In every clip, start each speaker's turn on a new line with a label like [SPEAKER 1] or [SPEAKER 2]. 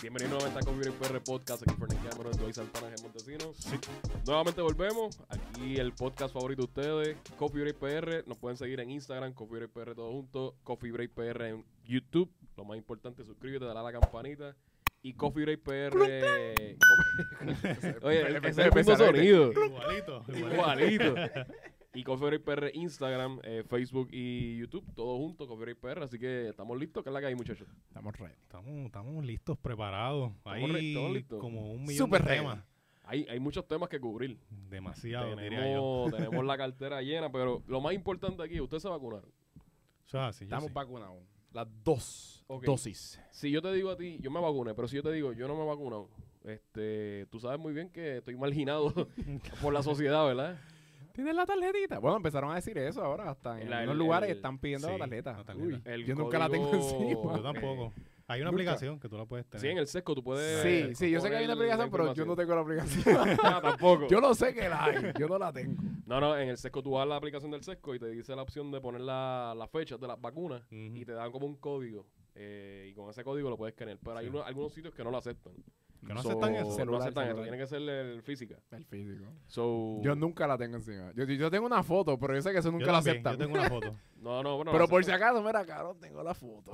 [SPEAKER 1] Bienvenido nuevamente a Coffee Break PR Podcast, aquí Fernández Cameron, Joey Santana, G. Montesino. Nuevamente volvemos, aquí el podcast favorito de ustedes, Coffee Break PR. Nos pueden seguir en Instagram, Coffee Break PR todo junto, Coffee Break PR en YouTube. Lo más importante, suscríbete, dale a la campanita. Y Coffee Break PR... Oye, ese es el mismo sonido.
[SPEAKER 2] Igualito.
[SPEAKER 1] Igualito. Y Coffee Break PR, Instagram, eh, Facebook y YouTube, todo junto, Coffee Break PR. Así que estamos listos, que es la que hay, muchachos.
[SPEAKER 3] Estamos ready.
[SPEAKER 2] Estamos, estamos listos, preparados. Ahí
[SPEAKER 1] Estamos re- todos listos.
[SPEAKER 2] como un millón
[SPEAKER 3] Súper
[SPEAKER 2] de
[SPEAKER 3] ready.
[SPEAKER 2] temas.
[SPEAKER 1] Hay, hay muchos temas que cubrir.
[SPEAKER 2] Demasiado, diría yo.
[SPEAKER 1] tenemos, tenemos la cartera llena, pero lo más importante aquí, ustedes se vacunaron.
[SPEAKER 2] Eso es así, yo
[SPEAKER 3] Estamos
[SPEAKER 2] sí.
[SPEAKER 3] vacunados. Las dos
[SPEAKER 1] Ok.
[SPEAKER 3] dosis.
[SPEAKER 1] Si yo te digo a ti, yo me vacuné, pero si yo te digo, yo no me he vacunado, este, tú sabes muy bien que estoy marginado por la sociedad, ¿verdad?
[SPEAKER 3] ¿Tienes la tarjetita? Bueno, empezaron a decir eso ahora. Hasta en
[SPEAKER 1] La-
[SPEAKER 3] algunos
[SPEAKER 1] el-
[SPEAKER 3] lugares
[SPEAKER 1] el-
[SPEAKER 3] están pidiendo
[SPEAKER 2] sí,
[SPEAKER 3] la tarjeta.
[SPEAKER 2] la tarjeta.
[SPEAKER 3] Uy,
[SPEAKER 1] El
[SPEAKER 3] yo nunca la tengo
[SPEAKER 1] código- Eh,
[SPEAKER 3] encima.
[SPEAKER 2] Yo tampoco. Hay una
[SPEAKER 3] Nunca.
[SPEAKER 2] aplicación que tú la puedes tener.
[SPEAKER 1] Sí, en el sesco tú puedes...
[SPEAKER 3] Sí, sí, yo sé que hay una
[SPEAKER 1] poner
[SPEAKER 3] aplicación, pero yo no
[SPEAKER 1] información.
[SPEAKER 3] tengo la aplicación.
[SPEAKER 1] Ah, tampoco.
[SPEAKER 3] yo lo sé que la hay, yo no la tengo.
[SPEAKER 1] No, no, en el sesco tú vas a la aplicación del sesco y te dice la opción de poner la- las fechas de las vacunas
[SPEAKER 2] Ujú.
[SPEAKER 1] y te dan como un código. eh, y con ese código lo puedes escanear. Pero hay
[SPEAKER 2] Sí.
[SPEAKER 1] uno- algunos sitios que no lo aceptan.
[SPEAKER 2] Que no aceptan eso.
[SPEAKER 1] no
[SPEAKER 3] Celular,
[SPEAKER 1] aceptan eso,
[SPEAKER 3] celular.
[SPEAKER 1] tiene que ser el física.
[SPEAKER 3] El físico.
[SPEAKER 1] So,
[SPEAKER 3] Yo nunca la tengo encima. Yo, yo tengo una foto, pero yo sé que eso nunca
[SPEAKER 2] yo
[SPEAKER 3] la
[SPEAKER 2] también,
[SPEAKER 3] aceptan.
[SPEAKER 2] Yo tengo una foto.
[SPEAKER 1] No, no, bueno,
[SPEAKER 3] Pero por si
[SPEAKER 1] acepta.
[SPEAKER 3] acaso, mira, cabrón, tengo la foto.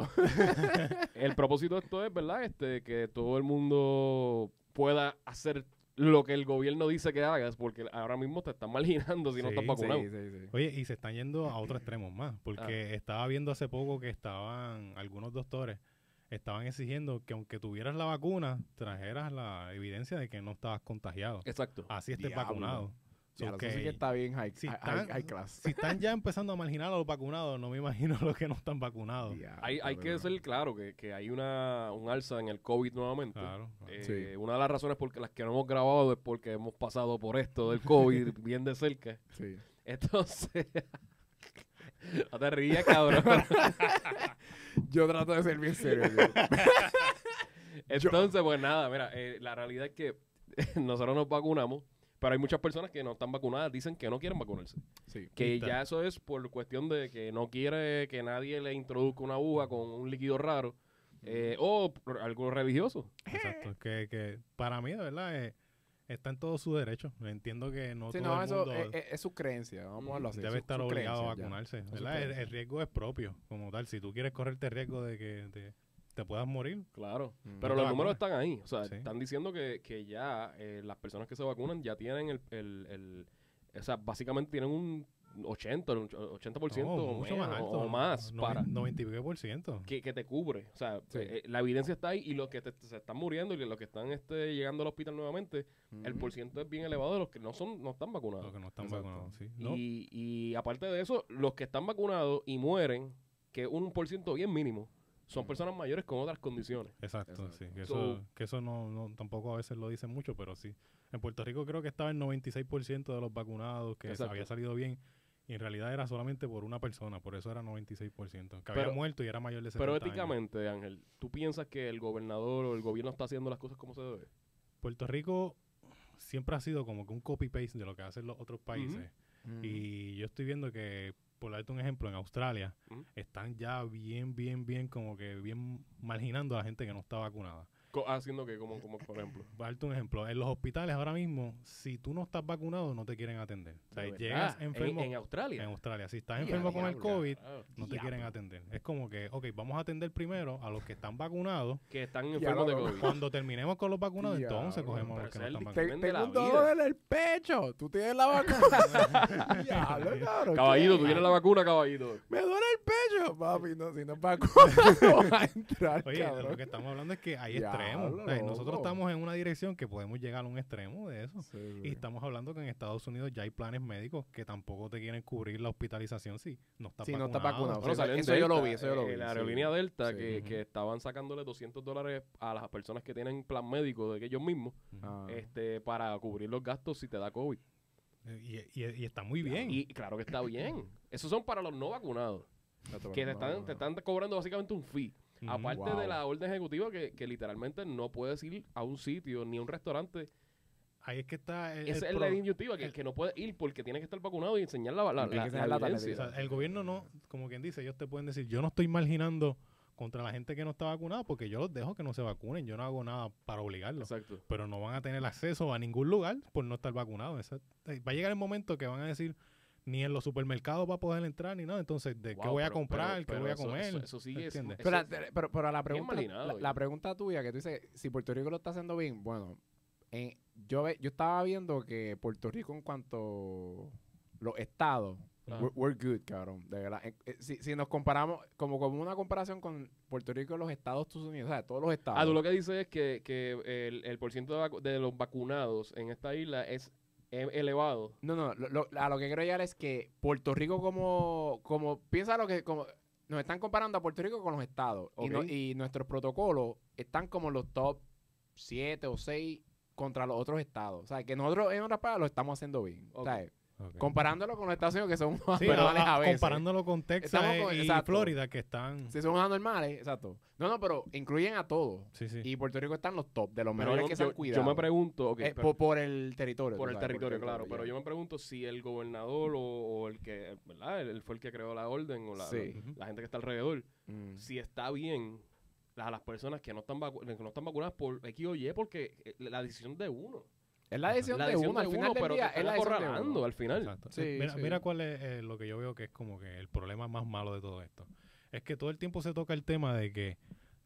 [SPEAKER 1] el propósito de esto es, ¿verdad? Este, que todo el mundo pueda hacer lo que el gobierno dice que hagas, porque ahora mismo te están marginando si no
[SPEAKER 2] Sí,
[SPEAKER 1] estás vacunado.
[SPEAKER 3] Sí, sí, sí.
[SPEAKER 2] Oye, y se están yendo a otros extremos más, porque estaba viendo hace poco que estaban algunos doctores estaban exigiendo que aunque tuvieras la vacuna, trajeras la evidencia de que no estabas contagiado.
[SPEAKER 1] Exacto.
[SPEAKER 2] Así estés
[SPEAKER 3] Diablo.
[SPEAKER 2] vacunado. So
[SPEAKER 3] Ya,
[SPEAKER 2] que
[SPEAKER 3] eso sí que está bien high,
[SPEAKER 2] Si
[SPEAKER 3] high-
[SPEAKER 2] están-
[SPEAKER 3] high class.
[SPEAKER 2] Si están ya empezando a marginar a los vacunados, no me imagino los que no están vacunados.
[SPEAKER 3] Diablo,
[SPEAKER 1] hay, hay que
[SPEAKER 3] cabrón.
[SPEAKER 1] ser claro que, que hay una un alza en el COVID nuevamente.
[SPEAKER 2] Claro. claro.
[SPEAKER 1] Eh,
[SPEAKER 3] Sí.
[SPEAKER 1] Una de las razones por las que no hemos grabado es porque hemos pasado por esto del COVID bien de cerca.
[SPEAKER 3] Sí.
[SPEAKER 1] Entonces, no te rías, cabrón.
[SPEAKER 3] Yo trato de ser bien serio. yo.
[SPEAKER 1] Entonces, pues nada, mira, eh, la realidad es que nosotros nos vacunamos, pero hay muchas personas que no están vacunadas, dicen que no quieren vacunarse.
[SPEAKER 3] Sí.
[SPEAKER 1] Que
[SPEAKER 2] Está.
[SPEAKER 1] ya eso es por cuestión de que no quiere que nadie le introduzca una aguja con un líquido raro eh, o por algo religioso.
[SPEAKER 2] Exacto. Que, que para mí, de verdad, eh, está en todo su derecho. Entiendo que no
[SPEAKER 3] Sí,
[SPEAKER 2] todo
[SPEAKER 3] no,
[SPEAKER 2] el
[SPEAKER 3] eso
[SPEAKER 2] mundo
[SPEAKER 3] es, es- es su creencia. Vamos a hablarlo así.
[SPEAKER 2] debe
[SPEAKER 3] su-
[SPEAKER 2] estar
[SPEAKER 3] su
[SPEAKER 2] obligado
[SPEAKER 3] creencia,
[SPEAKER 2] a
[SPEAKER 3] ya.
[SPEAKER 2] vacunarse.
[SPEAKER 3] su
[SPEAKER 2] ¿verdad? El,
[SPEAKER 3] creencia.
[SPEAKER 2] el riesgo es propio, como tal. Si tú quieres correrte el riesgo de que te, te puedas morir,
[SPEAKER 1] Claro.
[SPEAKER 3] Mm.
[SPEAKER 1] Pero
[SPEAKER 2] No te
[SPEAKER 1] los números están
[SPEAKER 2] vacunas.
[SPEAKER 1] ahí. O sea,
[SPEAKER 2] Sí.
[SPEAKER 1] están diciendo que, que ya eh, las personas que se vacunan ya tienen el... el- el- o sea, básicamente tienen un 80, un 80%
[SPEAKER 2] no,
[SPEAKER 1] o,
[SPEAKER 3] eh,
[SPEAKER 2] mucho
[SPEAKER 1] menos,
[SPEAKER 2] más alto.
[SPEAKER 1] o más
[SPEAKER 2] no-
[SPEAKER 1] para...
[SPEAKER 2] 90 y pico por ciento.
[SPEAKER 1] que, que te cubre. O sea,
[SPEAKER 3] Sí.
[SPEAKER 1] eh, eh, la evidencia está ahí y los que te- te- se están muriendo y los que están este, llegando al hospital nuevamente, el
[SPEAKER 3] Mm.
[SPEAKER 1] porciento es bien elevado de los que no son no están vacunados.
[SPEAKER 2] Los que no están
[SPEAKER 3] Exacto.
[SPEAKER 2] vacunados, sí. No,
[SPEAKER 1] Y, y aparte de eso, los que están vacunados y mueren, que es un por ciento bien mínimo, son
[SPEAKER 3] Mm.
[SPEAKER 1] personas mayores con otras condiciones.
[SPEAKER 2] Exacto,
[SPEAKER 3] Exacto.
[SPEAKER 2] sí. Que
[SPEAKER 1] So-
[SPEAKER 2] eso, que eso no, no- tampoco a veces lo dicen mucho, pero sí. En Puerto Rico creo que estaba el 96% de los vacunados que
[SPEAKER 1] Exacto.
[SPEAKER 2] había salido bien. Y en realidad era solamente por una persona, por eso era 96%. Que
[SPEAKER 1] Pero-
[SPEAKER 2] había muerto y era mayor de 70
[SPEAKER 1] Pero
[SPEAKER 2] años.
[SPEAKER 1] éticamente, Ángel, ¿tú piensas que el gobernador o el gobierno está haciendo las cosas como se debe?
[SPEAKER 2] Puerto Rico siempre ha sido como que un copy-paste de lo que hacen los otros países.
[SPEAKER 3] Mm.
[SPEAKER 2] Y yo estoy viendo que, por darte un ejemplo, en Australia
[SPEAKER 1] Ujú.
[SPEAKER 2] están ya bien, bien, bien, como que bien marginando a la gente que no está vacunada.
[SPEAKER 1] Co- haciendo que, como, como por ejemplo.
[SPEAKER 2] Para darte un ejemplo, en los hospitales ahora mismo, si tú no estás vacunado, no te quieren atender. O sea,
[SPEAKER 1] De
[SPEAKER 2] llegas
[SPEAKER 1] verdad, en-
[SPEAKER 2] enfermo
[SPEAKER 1] En,
[SPEAKER 2] en,
[SPEAKER 1] Australia.
[SPEAKER 2] Australia. Si estás
[SPEAKER 3] Ya,
[SPEAKER 2] enfermo con el
[SPEAKER 3] diablo,
[SPEAKER 2] COVID,
[SPEAKER 1] Ah,
[SPEAKER 2] no te
[SPEAKER 3] Diablo.
[SPEAKER 2] quieren atender. Es como que, ok, vamos a atender primero a los que están vacunados.
[SPEAKER 1] que están enfermos de
[SPEAKER 3] lo-
[SPEAKER 1] COVID.
[SPEAKER 2] Cuando terminemos con los vacunados, entonces
[SPEAKER 3] Diablo,
[SPEAKER 2] cogemos a
[SPEAKER 1] pero
[SPEAKER 2] los
[SPEAKER 1] ese
[SPEAKER 2] que no
[SPEAKER 1] es el
[SPEAKER 2] están
[SPEAKER 1] dictado.
[SPEAKER 3] Te-
[SPEAKER 2] vacunados.
[SPEAKER 1] Ven de
[SPEAKER 3] Tengo
[SPEAKER 1] la
[SPEAKER 3] un
[SPEAKER 1] vida.
[SPEAKER 3] dolor en el pecho. Tú tienes la vacuna. Diablo, cabrón.
[SPEAKER 1] Caballito,
[SPEAKER 3] ¿qué?
[SPEAKER 1] tú tienes la vacuna, caballito.
[SPEAKER 3] Me duele el pecho. Papi, no, si no es vacuna, no vas a entrar,
[SPEAKER 2] Oye,
[SPEAKER 3] cabrón.
[SPEAKER 2] lo que estamos hablando es que hay
[SPEAKER 3] Diablo,
[SPEAKER 2] extremos. O sea, nosotros
[SPEAKER 3] loco.
[SPEAKER 2] estamos en una dirección que podemos llegar a un extremo de eso.
[SPEAKER 3] Sí, sí.
[SPEAKER 2] Y estamos hablando que en Estados Unidos ya hay planes médicos que tampoco te quieren cubrir la hospitalización si no estás
[SPEAKER 3] Si no
[SPEAKER 2] vacunado.
[SPEAKER 3] estás vacunado.
[SPEAKER 1] Bueno,
[SPEAKER 3] Sí,
[SPEAKER 1] salió en
[SPEAKER 3] eso yo lo
[SPEAKER 1] Delta,
[SPEAKER 3] vi, eso yo lo
[SPEAKER 1] eh,
[SPEAKER 3] vi,
[SPEAKER 1] La
[SPEAKER 3] sí.
[SPEAKER 1] aerolínea Delta
[SPEAKER 3] Sí.
[SPEAKER 1] que,
[SPEAKER 2] Ujú.
[SPEAKER 1] que estaban sacándole 200 dólares a las personas que tienen plan médico de que ellos mismos
[SPEAKER 3] Ah.
[SPEAKER 1] este, para cubrir los gastos si te da COVID.
[SPEAKER 2] Y, y- y está muy bien.
[SPEAKER 1] Y claro que está bien. Esos son para los no vacunados,
[SPEAKER 3] Exacto,
[SPEAKER 1] que te
[SPEAKER 3] no,
[SPEAKER 1] están,
[SPEAKER 3] no,
[SPEAKER 1] te
[SPEAKER 3] no.
[SPEAKER 1] están cobrando básicamente un fee.
[SPEAKER 2] Ujú.
[SPEAKER 1] Aparte
[SPEAKER 3] Wow.
[SPEAKER 1] de la orden ejecutiva que, que literalmente no puedes ir a un sitio ni a un restaurante.
[SPEAKER 3] Eh,
[SPEAKER 2] Ahí es que está el,
[SPEAKER 1] Esa es
[SPEAKER 2] el
[SPEAKER 1] la
[SPEAKER 2] pro-
[SPEAKER 1] orden ejecutiva, que,
[SPEAKER 2] el-
[SPEAKER 1] que no puedes ir porque tienes que estar vacunado y enseñar la, la,
[SPEAKER 3] Tienes que
[SPEAKER 1] la-
[SPEAKER 3] enseñar
[SPEAKER 1] la
[SPEAKER 3] la
[SPEAKER 2] o
[SPEAKER 1] evidencia.
[SPEAKER 2] sea, el gobierno no, como quien dice, ellos te pueden decir, yo no estoy marginando contra la gente que no está vacunada, porque yo los dejo que no se vacunen, yo no hago nada para obligarlos.
[SPEAKER 1] Exacto.
[SPEAKER 2] Pero no van a tener acceso a ningún lugar por no estar vacunados. Esa- eh, Va a llegar el momento que van a decir, ni en los supermercados va a poder entrar, ni nada. Entonces, ¿de qué
[SPEAKER 1] Wow,
[SPEAKER 2] voy a
[SPEAKER 1] pero-
[SPEAKER 2] comprar?
[SPEAKER 1] pero-
[SPEAKER 2] ¿Qué
[SPEAKER 1] pero
[SPEAKER 2] voy a
[SPEAKER 1] eso-
[SPEAKER 2] comer?
[SPEAKER 1] Eso, eso sí es.
[SPEAKER 2] ¿Entiendes?
[SPEAKER 1] eso
[SPEAKER 3] Pero,
[SPEAKER 1] es-
[SPEAKER 3] pero- pero- pero la pregunta,
[SPEAKER 1] malinado,
[SPEAKER 3] la,
[SPEAKER 1] yo.
[SPEAKER 3] la pregunta tuya que tú dices, si Puerto Rico lo está haciendo bien, bueno, en- yo ve- yo estaba viendo que Puerto Rico en cuanto los estados,
[SPEAKER 1] Ajá.
[SPEAKER 3] we're, we're good, cabrón, de verdad. Eh, eh, si, si nos comparamos, como, como una comparación con Puerto Rico y los estados Estados Unidos, o sea, todos los estados.
[SPEAKER 1] Ah, tú lo que dices es que, que el, el porciento de, vacu- de los vacunados en esta isla es e- elevado.
[SPEAKER 3] No, no, lo- lo- a lo que quiero llegar es que Puerto Rico como, como piensa lo que, como, nos están comparando a Puerto Rico con los estados y, no-
[SPEAKER 1] Ok.
[SPEAKER 3] y nuestros protocolos están como los top 7 o 6 contra los otros estados. O sea, que nosotros en otras palabras lo estamos haciendo bien.
[SPEAKER 1] Ok.
[SPEAKER 3] ¿sabes?
[SPEAKER 2] Ok.
[SPEAKER 3] Comparándolo con los Estados Unidos que son unos
[SPEAKER 2] Sí,
[SPEAKER 3] anormales
[SPEAKER 2] ahora,
[SPEAKER 3] a veces.
[SPEAKER 2] comparándolo con Texas
[SPEAKER 3] Estamos con-
[SPEAKER 2] y
[SPEAKER 3] exacto.
[SPEAKER 2] Florida, que están...
[SPEAKER 3] Sí, son unos anormales, exacto. No, no, pero incluyen a todos.
[SPEAKER 2] Sí, sí.
[SPEAKER 3] Y Puerto Rico está en los top, de los
[SPEAKER 1] Pero
[SPEAKER 3] mejores
[SPEAKER 1] yo,
[SPEAKER 3] que se
[SPEAKER 1] yo-
[SPEAKER 3] han
[SPEAKER 1] yo
[SPEAKER 3] cuidado.
[SPEAKER 1] me pregunto, ok,
[SPEAKER 3] Eh,
[SPEAKER 1] pero-
[SPEAKER 3] por, por el territorio.
[SPEAKER 1] por
[SPEAKER 3] tú
[SPEAKER 1] el
[SPEAKER 3] sabes,
[SPEAKER 1] territorio, claro,
[SPEAKER 3] ya.
[SPEAKER 1] pero yo me pregunto si el gobernador o, o el que, ¿verdad? Él, él fue el que creó la orden o la,
[SPEAKER 3] Sí.
[SPEAKER 1] la- la gente que está alrededor,
[SPEAKER 3] Mm.
[SPEAKER 1] si está bien a las personas que no están, vacu- que no están vacunadas por X o Y, porque eh, la decisión de uno.
[SPEAKER 3] Es la decisión
[SPEAKER 1] La
[SPEAKER 3] de
[SPEAKER 1] decisión
[SPEAKER 3] uno, al final del
[SPEAKER 1] pero
[SPEAKER 3] día,
[SPEAKER 1] te
[SPEAKER 3] es
[SPEAKER 1] están
[SPEAKER 3] la decisión de
[SPEAKER 1] acorralando
[SPEAKER 3] uno.
[SPEAKER 1] al final.
[SPEAKER 2] Exacto.
[SPEAKER 3] Sí,
[SPEAKER 2] Eh, mira,
[SPEAKER 3] sí.
[SPEAKER 2] mira cuál es eh, lo que yo veo que es como que el problema más malo de todo esto. Es que todo el tiempo se toca el tema de que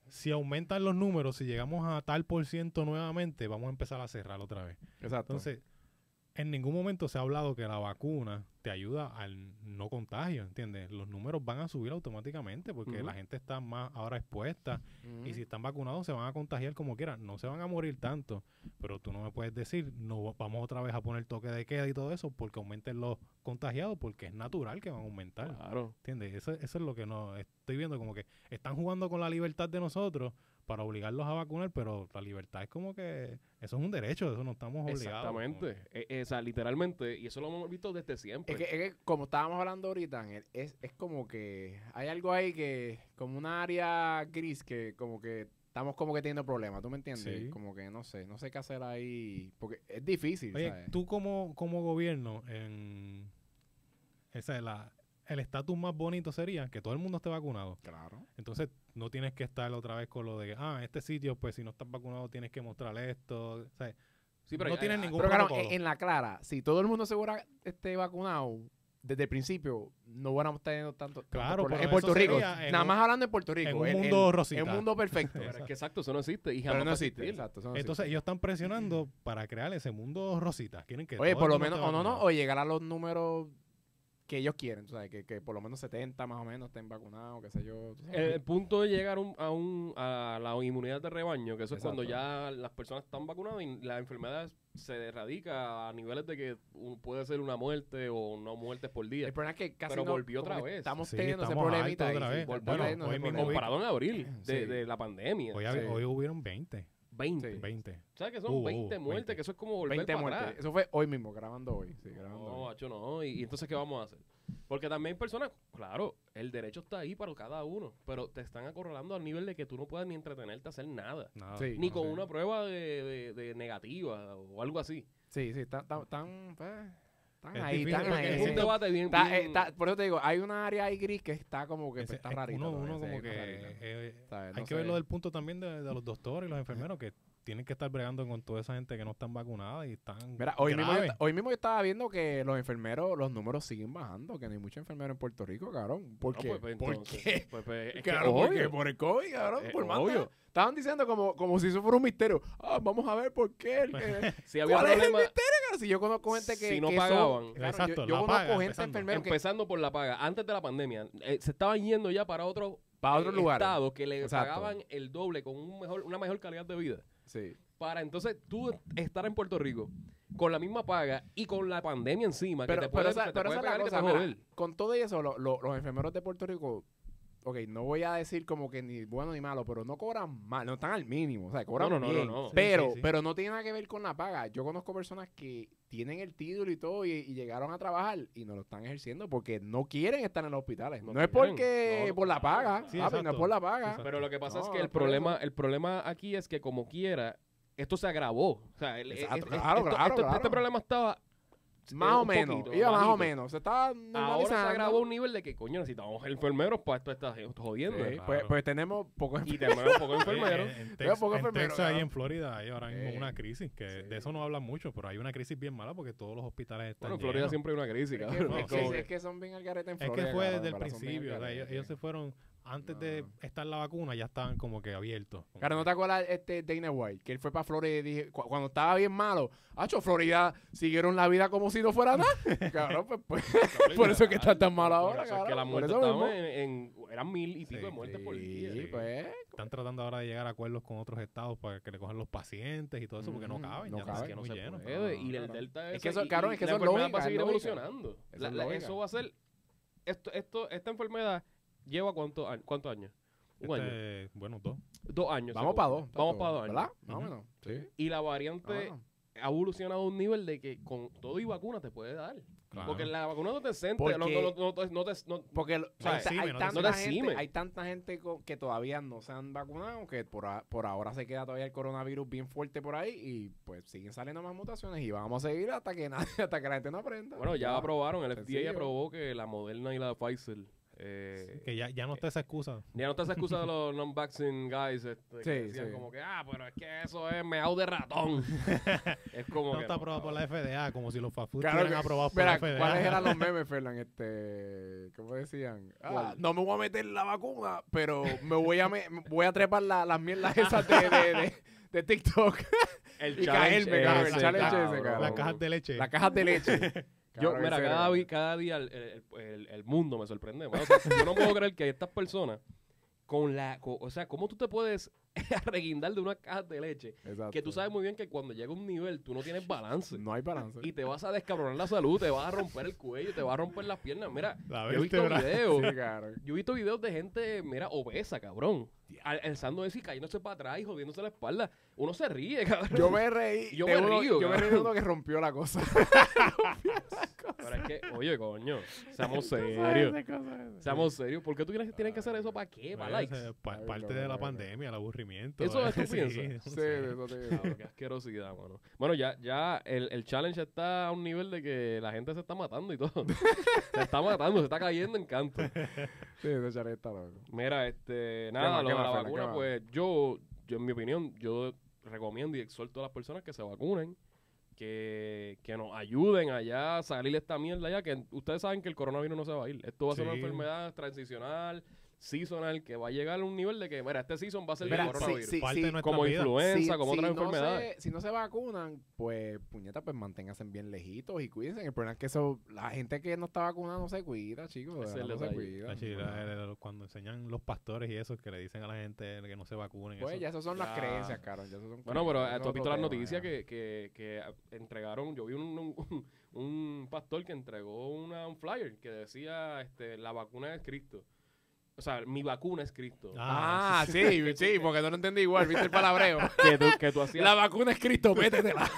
[SPEAKER 2] si aumentan los números, si llegamos a tal por ciento nuevamente, vamos a empezar a cerrar otra vez.
[SPEAKER 3] Exacto.
[SPEAKER 2] Entonces, en ningún momento se ha hablado que la vacuna te ayuda al no contagio, ¿entiendes? Los números van a subir automáticamente porque
[SPEAKER 1] Ujú.
[SPEAKER 2] la gente está más ahora expuesta
[SPEAKER 3] Ujú.
[SPEAKER 2] y si están vacunados se van a contagiar como quieran, no se van a morir tanto, pero tú no me puedes decir, no va- vamos otra vez a poner toque de queda y todo eso porque aumenten los contagiados porque es natural que van a aumentar,
[SPEAKER 1] Claro.
[SPEAKER 2] ¿entiendes? Eso, eso es lo que no estoy viendo como que están jugando con la libertad de nosotros para obligarlos a vacunar, pero la libertad es como que eso es un derecho, eso no estamos obligados. como
[SPEAKER 1] Exactamente.
[SPEAKER 2] que-
[SPEAKER 1] Eh, eh, o sea, literalmente, y eso lo hemos visto desde siempre.
[SPEAKER 2] pues
[SPEAKER 3] Es que, es que como estábamos hablando ahorita, Ángel, es, es como que hay algo ahí que, como una área gris que como que estamos como que teniendo problemas, ¿tú me entiendes?
[SPEAKER 2] Sí.
[SPEAKER 3] Como que no sé, no sé qué hacer ahí, porque es difícil,
[SPEAKER 2] Oye,
[SPEAKER 3] ¿sabes?
[SPEAKER 2] tú como, como gobierno, en esa es la, el estatus más bonito sería que todo el mundo esté vacunado.
[SPEAKER 3] Claro.
[SPEAKER 2] Entonces, no tienes que estar otra vez con lo de, ah, en este sitio, pues si no estás vacunado tienes que mostrar esto. O sea,
[SPEAKER 1] Sí, pero
[SPEAKER 2] no
[SPEAKER 1] hay-
[SPEAKER 2] tienes
[SPEAKER 1] hay-
[SPEAKER 2] ningún
[SPEAKER 3] Pero claro,
[SPEAKER 2] protocolo.
[SPEAKER 3] en, en la clara, si todo el mundo se hubiera esté vacunado desde el principio, no hubiéramos tenido tanto tantos
[SPEAKER 2] Claro,
[SPEAKER 3] problemas.
[SPEAKER 2] pero
[SPEAKER 3] En Puerto
[SPEAKER 2] eso
[SPEAKER 3] Rico,
[SPEAKER 2] sería en
[SPEAKER 3] nada
[SPEAKER 2] un-
[SPEAKER 3] más hablando de Puerto Rico.
[SPEAKER 2] en un
[SPEAKER 3] el- el-
[SPEAKER 2] mundo rosita.
[SPEAKER 3] El mundo perfecto.
[SPEAKER 1] Pero es que exacto, eso no existe. Y
[SPEAKER 3] pero
[SPEAKER 1] jamás va
[SPEAKER 3] no
[SPEAKER 1] a
[SPEAKER 3] existe,
[SPEAKER 1] existir.
[SPEAKER 3] exacto, eso no
[SPEAKER 2] Entonces,
[SPEAKER 3] existe.
[SPEAKER 2] ellos están presionando
[SPEAKER 3] Mm.
[SPEAKER 2] para crear ese mundo rosita. Quieren que
[SPEAKER 3] Oye,
[SPEAKER 2] todo
[SPEAKER 3] por
[SPEAKER 2] el
[SPEAKER 3] lo
[SPEAKER 2] mundo
[SPEAKER 3] menos,
[SPEAKER 2] esté
[SPEAKER 3] o no, no,
[SPEAKER 2] vacunado.
[SPEAKER 3] o llegar a los números que ellos quieren, tú sabes, que, que por lo menos 70 más o menos estén vacunados, qué sé yo. tú
[SPEAKER 1] El,
[SPEAKER 3] sabes.
[SPEAKER 1] el punto de llegar un- a, un, a la inmunidad de rebaño, que eso es cuando
[SPEAKER 3] Exacto.
[SPEAKER 1] ya las personas están vacunadas y la enfermedad se erradica a niveles de que un- puede ser una muerte o no muertes por
[SPEAKER 3] El
[SPEAKER 1] día.
[SPEAKER 3] problema es que casi
[SPEAKER 1] pero
[SPEAKER 3] no-
[SPEAKER 1] volvió otra
[SPEAKER 3] como que
[SPEAKER 1] vez.
[SPEAKER 3] Estamos
[SPEAKER 2] Sí,
[SPEAKER 3] teniendo ese
[SPEAKER 2] estamos
[SPEAKER 3] problemita
[SPEAKER 2] altos
[SPEAKER 3] ahí,
[SPEAKER 2] otra
[SPEAKER 3] sí,
[SPEAKER 2] vez.
[SPEAKER 3] estamos
[SPEAKER 1] Bueno,
[SPEAKER 3] teniendo ese
[SPEAKER 2] hoy mismo
[SPEAKER 3] problema.
[SPEAKER 1] Comparado en abril de,
[SPEAKER 3] Sí.
[SPEAKER 1] de la pandemia.
[SPEAKER 2] Hoy, hab-
[SPEAKER 3] sí.
[SPEAKER 2] hoy hubieron 20.
[SPEAKER 1] 20.
[SPEAKER 3] Sí. Uh,
[SPEAKER 2] 20.
[SPEAKER 1] ¿Sabes que son
[SPEAKER 2] Hubo,
[SPEAKER 1] 20
[SPEAKER 2] hubo,
[SPEAKER 1] muertes?
[SPEAKER 2] 20.
[SPEAKER 1] Que eso es como volver
[SPEAKER 3] 20
[SPEAKER 1] para
[SPEAKER 3] muertes.
[SPEAKER 1] atrás.
[SPEAKER 3] Eso fue hoy mismo, grabando hoy. Sí, grabando
[SPEAKER 1] No,
[SPEAKER 3] hoy.
[SPEAKER 1] macho, no. Y, y entonces, ¿qué vamos a hacer? Porque también hay personas, claro, el derecho está ahí para cada uno, pero te están acorralando al nivel de que tú no puedas ni entretenerte a hacer nada.
[SPEAKER 2] Nada,
[SPEAKER 3] Sí.
[SPEAKER 1] Ni
[SPEAKER 2] no
[SPEAKER 1] con
[SPEAKER 2] sé.
[SPEAKER 1] una prueba de, de- de negativa o algo así.
[SPEAKER 3] Sí, sí, están, están, están, pues, están
[SPEAKER 2] Es
[SPEAKER 3] ahí,
[SPEAKER 2] difícil,
[SPEAKER 3] están
[SPEAKER 2] porque
[SPEAKER 3] ahí.
[SPEAKER 1] Es
[SPEAKER 2] sí.
[SPEAKER 1] un debate bien.
[SPEAKER 3] Está,
[SPEAKER 1] bien-
[SPEAKER 3] eh, está- por eso te digo, hay una área ahí gris que está como que
[SPEAKER 2] Ese-
[SPEAKER 3] pues, está
[SPEAKER 2] es-
[SPEAKER 3] rarita.
[SPEAKER 2] Uno,
[SPEAKER 3] todavía,
[SPEAKER 2] uno
[SPEAKER 3] sí,
[SPEAKER 2] como
[SPEAKER 3] está
[SPEAKER 2] que...
[SPEAKER 3] rarita.
[SPEAKER 2] eh,
[SPEAKER 3] ¿Sabes?
[SPEAKER 2] Hay
[SPEAKER 3] No
[SPEAKER 2] que verlo
[SPEAKER 3] sé.
[SPEAKER 2] del punto también de, de los doctores y los enfermeros que tienen que estar bregando con toda esa gente que no están vacunada y están.
[SPEAKER 3] Mira, hoy mismo, yo,
[SPEAKER 2] graves.
[SPEAKER 3] esta- hoy mismo yo estaba viendo que los enfermeros, los números siguen bajando, que no hay muchos enfermeros en Puerto Rico, cabrón. ¿Por
[SPEAKER 1] No,
[SPEAKER 3] qué?
[SPEAKER 1] pues, pues,
[SPEAKER 3] ¿Por
[SPEAKER 1] entonces,
[SPEAKER 3] qué?
[SPEAKER 1] pues, pues, es que
[SPEAKER 3] Claro, ¿por qué?
[SPEAKER 1] obvio.
[SPEAKER 3] Por el COVID, cabrón,
[SPEAKER 1] Eh,
[SPEAKER 3] por más
[SPEAKER 1] obvio.
[SPEAKER 3] nada. Estaban diciendo como, como si eso fuera un misterio. Ah, vamos a ver por qué. el- eh,
[SPEAKER 1] Si había
[SPEAKER 3] ¿Cuál es el
[SPEAKER 1] problema,
[SPEAKER 3] misterio, cabrón? Si yo conozco gente que...
[SPEAKER 1] Si no
[SPEAKER 3] que son-
[SPEAKER 1] pagaban.
[SPEAKER 3] claro,
[SPEAKER 2] Exacto,
[SPEAKER 3] yo, yo
[SPEAKER 2] la
[SPEAKER 3] conozco
[SPEAKER 2] paga,
[SPEAKER 3] gente
[SPEAKER 2] empezando.
[SPEAKER 3] enfermera que...
[SPEAKER 1] empezando por la paga, antes de la pandemia, eh, se estaban yendo ya para otro,
[SPEAKER 3] Para otro
[SPEAKER 1] eh,
[SPEAKER 3] lugar.
[SPEAKER 1] estado que le
[SPEAKER 3] Exacto.
[SPEAKER 1] pagaban el doble con un mejor, una mejor calidad de vida.
[SPEAKER 3] Sí.
[SPEAKER 1] Para entonces tú estar en Puerto Rico con la misma paga y con la pandemia encima,
[SPEAKER 3] Pero,
[SPEAKER 1] que te
[SPEAKER 3] pero
[SPEAKER 1] puede,
[SPEAKER 3] esa,
[SPEAKER 1] que te
[SPEAKER 3] pero
[SPEAKER 1] puede
[SPEAKER 3] esa es la
[SPEAKER 1] pegar y que te
[SPEAKER 3] cosa,
[SPEAKER 1] puede
[SPEAKER 3] mira,
[SPEAKER 1] joder.
[SPEAKER 3] con todo y eso, lo- lo- los enfermeros de Puerto Rico... Ok, no voy a decir como que ni bueno ni malo, pero no cobran mal, no están al mínimo, o sea, cobran
[SPEAKER 1] No, no, no,
[SPEAKER 3] bien.
[SPEAKER 1] no, no.
[SPEAKER 2] Sí,
[SPEAKER 3] Pero,
[SPEAKER 2] sí, sí.
[SPEAKER 3] pero no tiene nada que ver con la paga. Yo conozco personas que tienen el título y todo y, y llegaron a trabajar y no lo están ejerciendo porque no quieren estar en los hospitales.
[SPEAKER 1] No
[SPEAKER 3] No, es
[SPEAKER 1] quieren.
[SPEAKER 3] porque
[SPEAKER 1] No,
[SPEAKER 3] por la paga, papi,
[SPEAKER 2] Sí,
[SPEAKER 3] no es
[SPEAKER 2] exacto.
[SPEAKER 3] por la paga.
[SPEAKER 2] Exacto.
[SPEAKER 1] Pero lo que pasa
[SPEAKER 3] No,
[SPEAKER 1] es que el
[SPEAKER 3] es por eso.
[SPEAKER 1] problema, el problema aquí es que como quiera, esto se agravó. O sea, el-
[SPEAKER 3] Exacto,
[SPEAKER 1] es- es-
[SPEAKER 3] claro,
[SPEAKER 1] esto-
[SPEAKER 3] claro,
[SPEAKER 1] esto- este
[SPEAKER 3] claro.
[SPEAKER 1] problema estaba
[SPEAKER 3] Más
[SPEAKER 1] eh,
[SPEAKER 3] o
[SPEAKER 1] un
[SPEAKER 3] menos.
[SPEAKER 1] poquito,
[SPEAKER 3] iba más o
[SPEAKER 1] bajito.
[SPEAKER 3] menos. Se estaba
[SPEAKER 1] Ahora se
[SPEAKER 3] normalizando.
[SPEAKER 1] ha grabado a un nivel de que, coño, necesitamos enfermeros para esto, está jodiendo.
[SPEAKER 3] Sí,
[SPEAKER 2] Claro.
[SPEAKER 3] pues, pues tenemos pocos
[SPEAKER 1] Y tenemos pocos enfermeros.
[SPEAKER 2] En, en
[SPEAKER 3] Veo
[SPEAKER 2] Tex-
[SPEAKER 3] poco
[SPEAKER 2] en
[SPEAKER 3] enfermero,
[SPEAKER 2] Texas
[SPEAKER 3] cabrón.
[SPEAKER 2] y en Florida hay ahora mismo
[SPEAKER 3] Sí.
[SPEAKER 2] una crisis, que
[SPEAKER 1] Sí.
[SPEAKER 2] de eso no hablan mucho, pero hay una crisis bien mala porque todos los hospitales están
[SPEAKER 1] Bueno, en Florida
[SPEAKER 2] llenos.
[SPEAKER 1] siempre hay una crisis,
[SPEAKER 3] Es que-
[SPEAKER 1] cabrón.
[SPEAKER 3] es,
[SPEAKER 2] No,
[SPEAKER 3] que,
[SPEAKER 2] como
[SPEAKER 3] es que son bien al garete en
[SPEAKER 2] Es
[SPEAKER 3] Florida,
[SPEAKER 2] que fue
[SPEAKER 3] cabrón,
[SPEAKER 2] desde el
[SPEAKER 3] para, son bien
[SPEAKER 2] principio, o
[SPEAKER 3] al
[SPEAKER 2] sea,
[SPEAKER 3] garete,
[SPEAKER 2] ellos, ellos
[SPEAKER 3] sí.
[SPEAKER 2] se fueron, antes
[SPEAKER 3] No,
[SPEAKER 2] de
[SPEAKER 3] no.
[SPEAKER 2] estar la vacuna ya estaban como que abiertos. como
[SPEAKER 3] Claro, no te acuerdas este Dana White, que él fue para Florida y dije, cu- cuando estaba bien malo, hacho, Florida siguieron la vida como si no fuera nada. cabrón, pues, pues, por eso es que está tan mal ahora,
[SPEAKER 1] Por eso es que
[SPEAKER 3] cabrón,
[SPEAKER 1] las
[SPEAKER 3] por
[SPEAKER 1] muertes
[SPEAKER 3] eso mismo.
[SPEAKER 1] estaban en, en- Eran mil y pico
[SPEAKER 2] Sí,
[SPEAKER 1] de muertes por día.
[SPEAKER 3] sí, pues,
[SPEAKER 2] Están tratando ahora de llegar a acuerdos con otros estados para que le cojan los pacientes y todo eso, porque no
[SPEAKER 3] Ujú,
[SPEAKER 2] caben,
[SPEAKER 3] no
[SPEAKER 2] ya están
[SPEAKER 1] Es que no
[SPEAKER 2] muy
[SPEAKER 1] se
[SPEAKER 2] llenos.
[SPEAKER 1] puede. Eh, Y el
[SPEAKER 3] Claro.
[SPEAKER 1] delta
[SPEAKER 3] Es
[SPEAKER 1] ese-
[SPEAKER 3] que eso-
[SPEAKER 1] y-
[SPEAKER 3] cabrón,
[SPEAKER 1] y
[SPEAKER 3] es que
[SPEAKER 1] la
[SPEAKER 3] eso es
[SPEAKER 1] enfermedad
[SPEAKER 3] lógica,
[SPEAKER 1] va a
[SPEAKER 3] es
[SPEAKER 1] seguir
[SPEAKER 3] lógica.
[SPEAKER 1] evolucionando.
[SPEAKER 3] Eso
[SPEAKER 1] La-
[SPEAKER 3] es
[SPEAKER 1] la-
[SPEAKER 3] lógica.
[SPEAKER 1] eso va a ser. Esto, esto, esta enfermedad lleva cuánto a- cuántos años? Un año.
[SPEAKER 2] Este, bueno, dos.
[SPEAKER 1] Dos años. seguro.
[SPEAKER 3] vamos para dos.
[SPEAKER 1] Vamos
[SPEAKER 3] tato,
[SPEAKER 1] para dos ¿eh? años.
[SPEAKER 3] ¿Verdad? Ah, Más o
[SPEAKER 2] Ujú.
[SPEAKER 3] menos. Sí.
[SPEAKER 1] Y la
[SPEAKER 3] más o
[SPEAKER 1] variante
[SPEAKER 3] menos.
[SPEAKER 1] ha evolucionado a un nivel de que con todo y vacuna te puede dar.
[SPEAKER 2] Claro.
[SPEAKER 1] Porque la vacuna no te centra,
[SPEAKER 3] Porque-
[SPEAKER 1] no, no, no, no, te- no te- no-
[SPEAKER 3] Porque lo-
[SPEAKER 2] sea,
[SPEAKER 3] hay, ta-
[SPEAKER 2] exime,
[SPEAKER 3] hay
[SPEAKER 2] no te-
[SPEAKER 3] tanta
[SPEAKER 1] no te
[SPEAKER 3] gente,
[SPEAKER 1] exime.
[SPEAKER 3] hay tanta gente co- que todavía no se han vacunado, que por, a- por ahora se queda todavía el coronavirus bien fuerte por ahí y pues siguen saliendo más mutaciones y vamos a seguir hasta que nadie, hasta que la gente no aprenda.
[SPEAKER 1] Bueno, ya aprobaron, el
[SPEAKER 3] Ah, Sencillo.
[SPEAKER 1] FDA aprobó que la Moderna y la Pfizer. eh,
[SPEAKER 2] Que ya, ya no está esa excusa.
[SPEAKER 1] Ya no está esa excusa de los non-vaccine guys. Este, que
[SPEAKER 3] Sí,
[SPEAKER 1] decían
[SPEAKER 3] sí.
[SPEAKER 1] como que, ah, pero es que eso es meao de ratón. es como.
[SPEAKER 2] No
[SPEAKER 1] que
[SPEAKER 2] está aprobado por la FDA, como si los fast food
[SPEAKER 3] Claro
[SPEAKER 2] estuvieran
[SPEAKER 3] que-
[SPEAKER 2] aprobados por
[SPEAKER 3] Mira,
[SPEAKER 2] la FDA.
[SPEAKER 3] ¿cuáles eran los memes, Fernan? Este, ¿Cómo decían? Ah,
[SPEAKER 1] ¿Cuál?
[SPEAKER 3] no me voy a meter la vacuna, pero me voy a, me, voy a trepar la- las mierdas esas de, de, de, de TikTok.
[SPEAKER 1] El
[SPEAKER 3] Y
[SPEAKER 1] challenge
[SPEAKER 3] caerme,
[SPEAKER 2] cabrón,
[SPEAKER 1] ese,
[SPEAKER 2] el challenge
[SPEAKER 1] cabrón.
[SPEAKER 3] ese, cabrón.
[SPEAKER 2] Las cajas de leche.
[SPEAKER 3] Las cajas de leche.
[SPEAKER 1] Yo,
[SPEAKER 3] Cabrón,
[SPEAKER 1] mira,
[SPEAKER 3] ese era,
[SPEAKER 1] cada, vi-
[SPEAKER 3] cabrón.
[SPEAKER 1] cada día el, el- el- el mundo me sorprende. mano. O sea, yo no puedo creer que estas personas, con la. co- o sea, ¿cómo tú te puedes reguindar de una caja de leche?
[SPEAKER 3] Exacto.
[SPEAKER 1] Que tú sabes muy bien que cuando llega un nivel, tú no tienes balance.
[SPEAKER 3] No hay balance.
[SPEAKER 1] Y te vas a descabronar la salud, te vas a romper el cuello, te vas a romper las piernas. Mira,
[SPEAKER 2] La
[SPEAKER 1] yo he visto
[SPEAKER 2] vértebra.
[SPEAKER 1] videos
[SPEAKER 3] Sí, cabrón.
[SPEAKER 1] Yo he visto videos de gente, mira, obesa, cabrón. al- Alzando eso y cayéndose para atrás y jodiéndose la espalda. Uno se ríe, cabrón.
[SPEAKER 3] Yo me reí.
[SPEAKER 1] Yo
[SPEAKER 3] de
[SPEAKER 1] me
[SPEAKER 3] uno-
[SPEAKER 1] río,
[SPEAKER 3] Yo me reí de
[SPEAKER 1] cabrón.
[SPEAKER 3] uno que rompió la cosa.
[SPEAKER 1] Pero es que, oye, coño, seamos serios. Seamos serios. ¿Por qué tú crees que tienen que hacer eso? ¿Para qué? ¿Para
[SPEAKER 2] Bueno,
[SPEAKER 1] likes?
[SPEAKER 2] ese es pa-
[SPEAKER 3] Ay,
[SPEAKER 2] parte
[SPEAKER 3] cabrón,
[SPEAKER 2] de la
[SPEAKER 3] cabrón.
[SPEAKER 2] pandemia, el aburrimiento.
[SPEAKER 1] Eso es
[SPEAKER 2] ¿eh?
[SPEAKER 1] lo que tú
[SPEAKER 2] Sí,
[SPEAKER 1] piensas.
[SPEAKER 2] no
[SPEAKER 3] Sí,
[SPEAKER 2] sé.
[SPEAKER 3] de eso te digo.
[SPEAKER 1] Cabrón, qué asquerosidad, mano. Bueno, ya, ya el, el challenge está a un nivel de que la gente se está matando y todo. se está matando, se está cayendo en canto.
[SPEAKER 3] Sí, ese chalet está loco.
[SPEAKER 1] Mira, este,
[SPEAKER 3] ¿Qué
[SPEAKER 1] nada,
[SPEAKER 3] más,
[SPEAKER 1] lo
[SPEAKER 3] qué
[SPEAKER 1] de la
[SPEAKER 3] más, Fernan,
[SPEAKER 1] vacuna,
[SPEAKER 3] qué
[SPEAKER 1] pues yo, yo, en mi opinión, yo recomiendo y exhorto a las personas que se vacunen, que, que nos ayuden allá a salir esta mierda allá, que ustedes saben que el coronavirus no se va a ir. Esto va a ser una
[SPEAKER 2] Sí.
[SPEAKER 1] enfermedad transicional, seasonal, que va a llegar a un nivel de que, mira, este season va a ser
[SPEAKER 2] Mira,
[SPEAKER 1] el coronavirus.
[SPEAKER 3] Sí,
[SPEAKER 2] Parte
[SPEAKER 3] sí,
[SPEAKER 2] de nuestra
[SPEAKER 1] Como
[SPEAKER 2] vida.
[SPEAKER 1] influenza,
[SPEAKER 3] Si-
[SPEAKER 1] como
[SPEAKER 3] si
[SPEAKER 1] otras
[SPEAKER 3] no
[SPEAKER 1] enfermedades.
[SPEAKER 3] Se, si no se vacunan, pues, puñeta, pues manténganse bien lejitos y cuídense. El problema es que eso, la gente que no está vacunada no se cuida, chicos. de
[SPEAKER 1] Ese
[SPEAKER 3] verdad,
[SPEAKER 1] es el
[SPEAKER 3] no se
[SPEAKER 1] detalle.
[SPEAKER 2] La
[SPEAKER 3] cuida.
[SPEAKER 2] chila, el- el- cuando enseñan los pastores y eso, que le dicen a la gente que no se vacunen.
[SPEAKER 3] Pues
[SPEAKER 2] eso.
[SPEAKER 3] ya esas son las
[SPEAKER 1] Ya.
[SPEAKER 3] creencias, Carol. ya esas
[SPEAKER 1] Bueno,
[SPEAKER 3] son
[SPEAKER 1] pero
[SPEAKER 3] creencias,
[SPEAKER 1] eh,
[SPEAKER 3] eso
[SPEAKER 1] tú
[SPEAKER 3] es
[SPEAKER 1] has visto
[SPEAKER 3] otro
[SPEAKER 1] las
[SPEAKER 3] tema,
[SPEAKER 1] noticias
[SPEAKER 3] ya.
[SPEAKER 1] que, que, que eh, entregaron, yo vi un, un, un pastor que entregó una, un flyer que decía, este, la vacuna es Cristo. O sea, mi vacuna es Cristo.
[SPEAKER 3] Ah, sí, sí, porque no lo entendí igual, viste el palabreo.
[SPEAKER 1] Que tú, que tú hacías,
[SPEAKER 3] La vacuna es Cristo, métetela.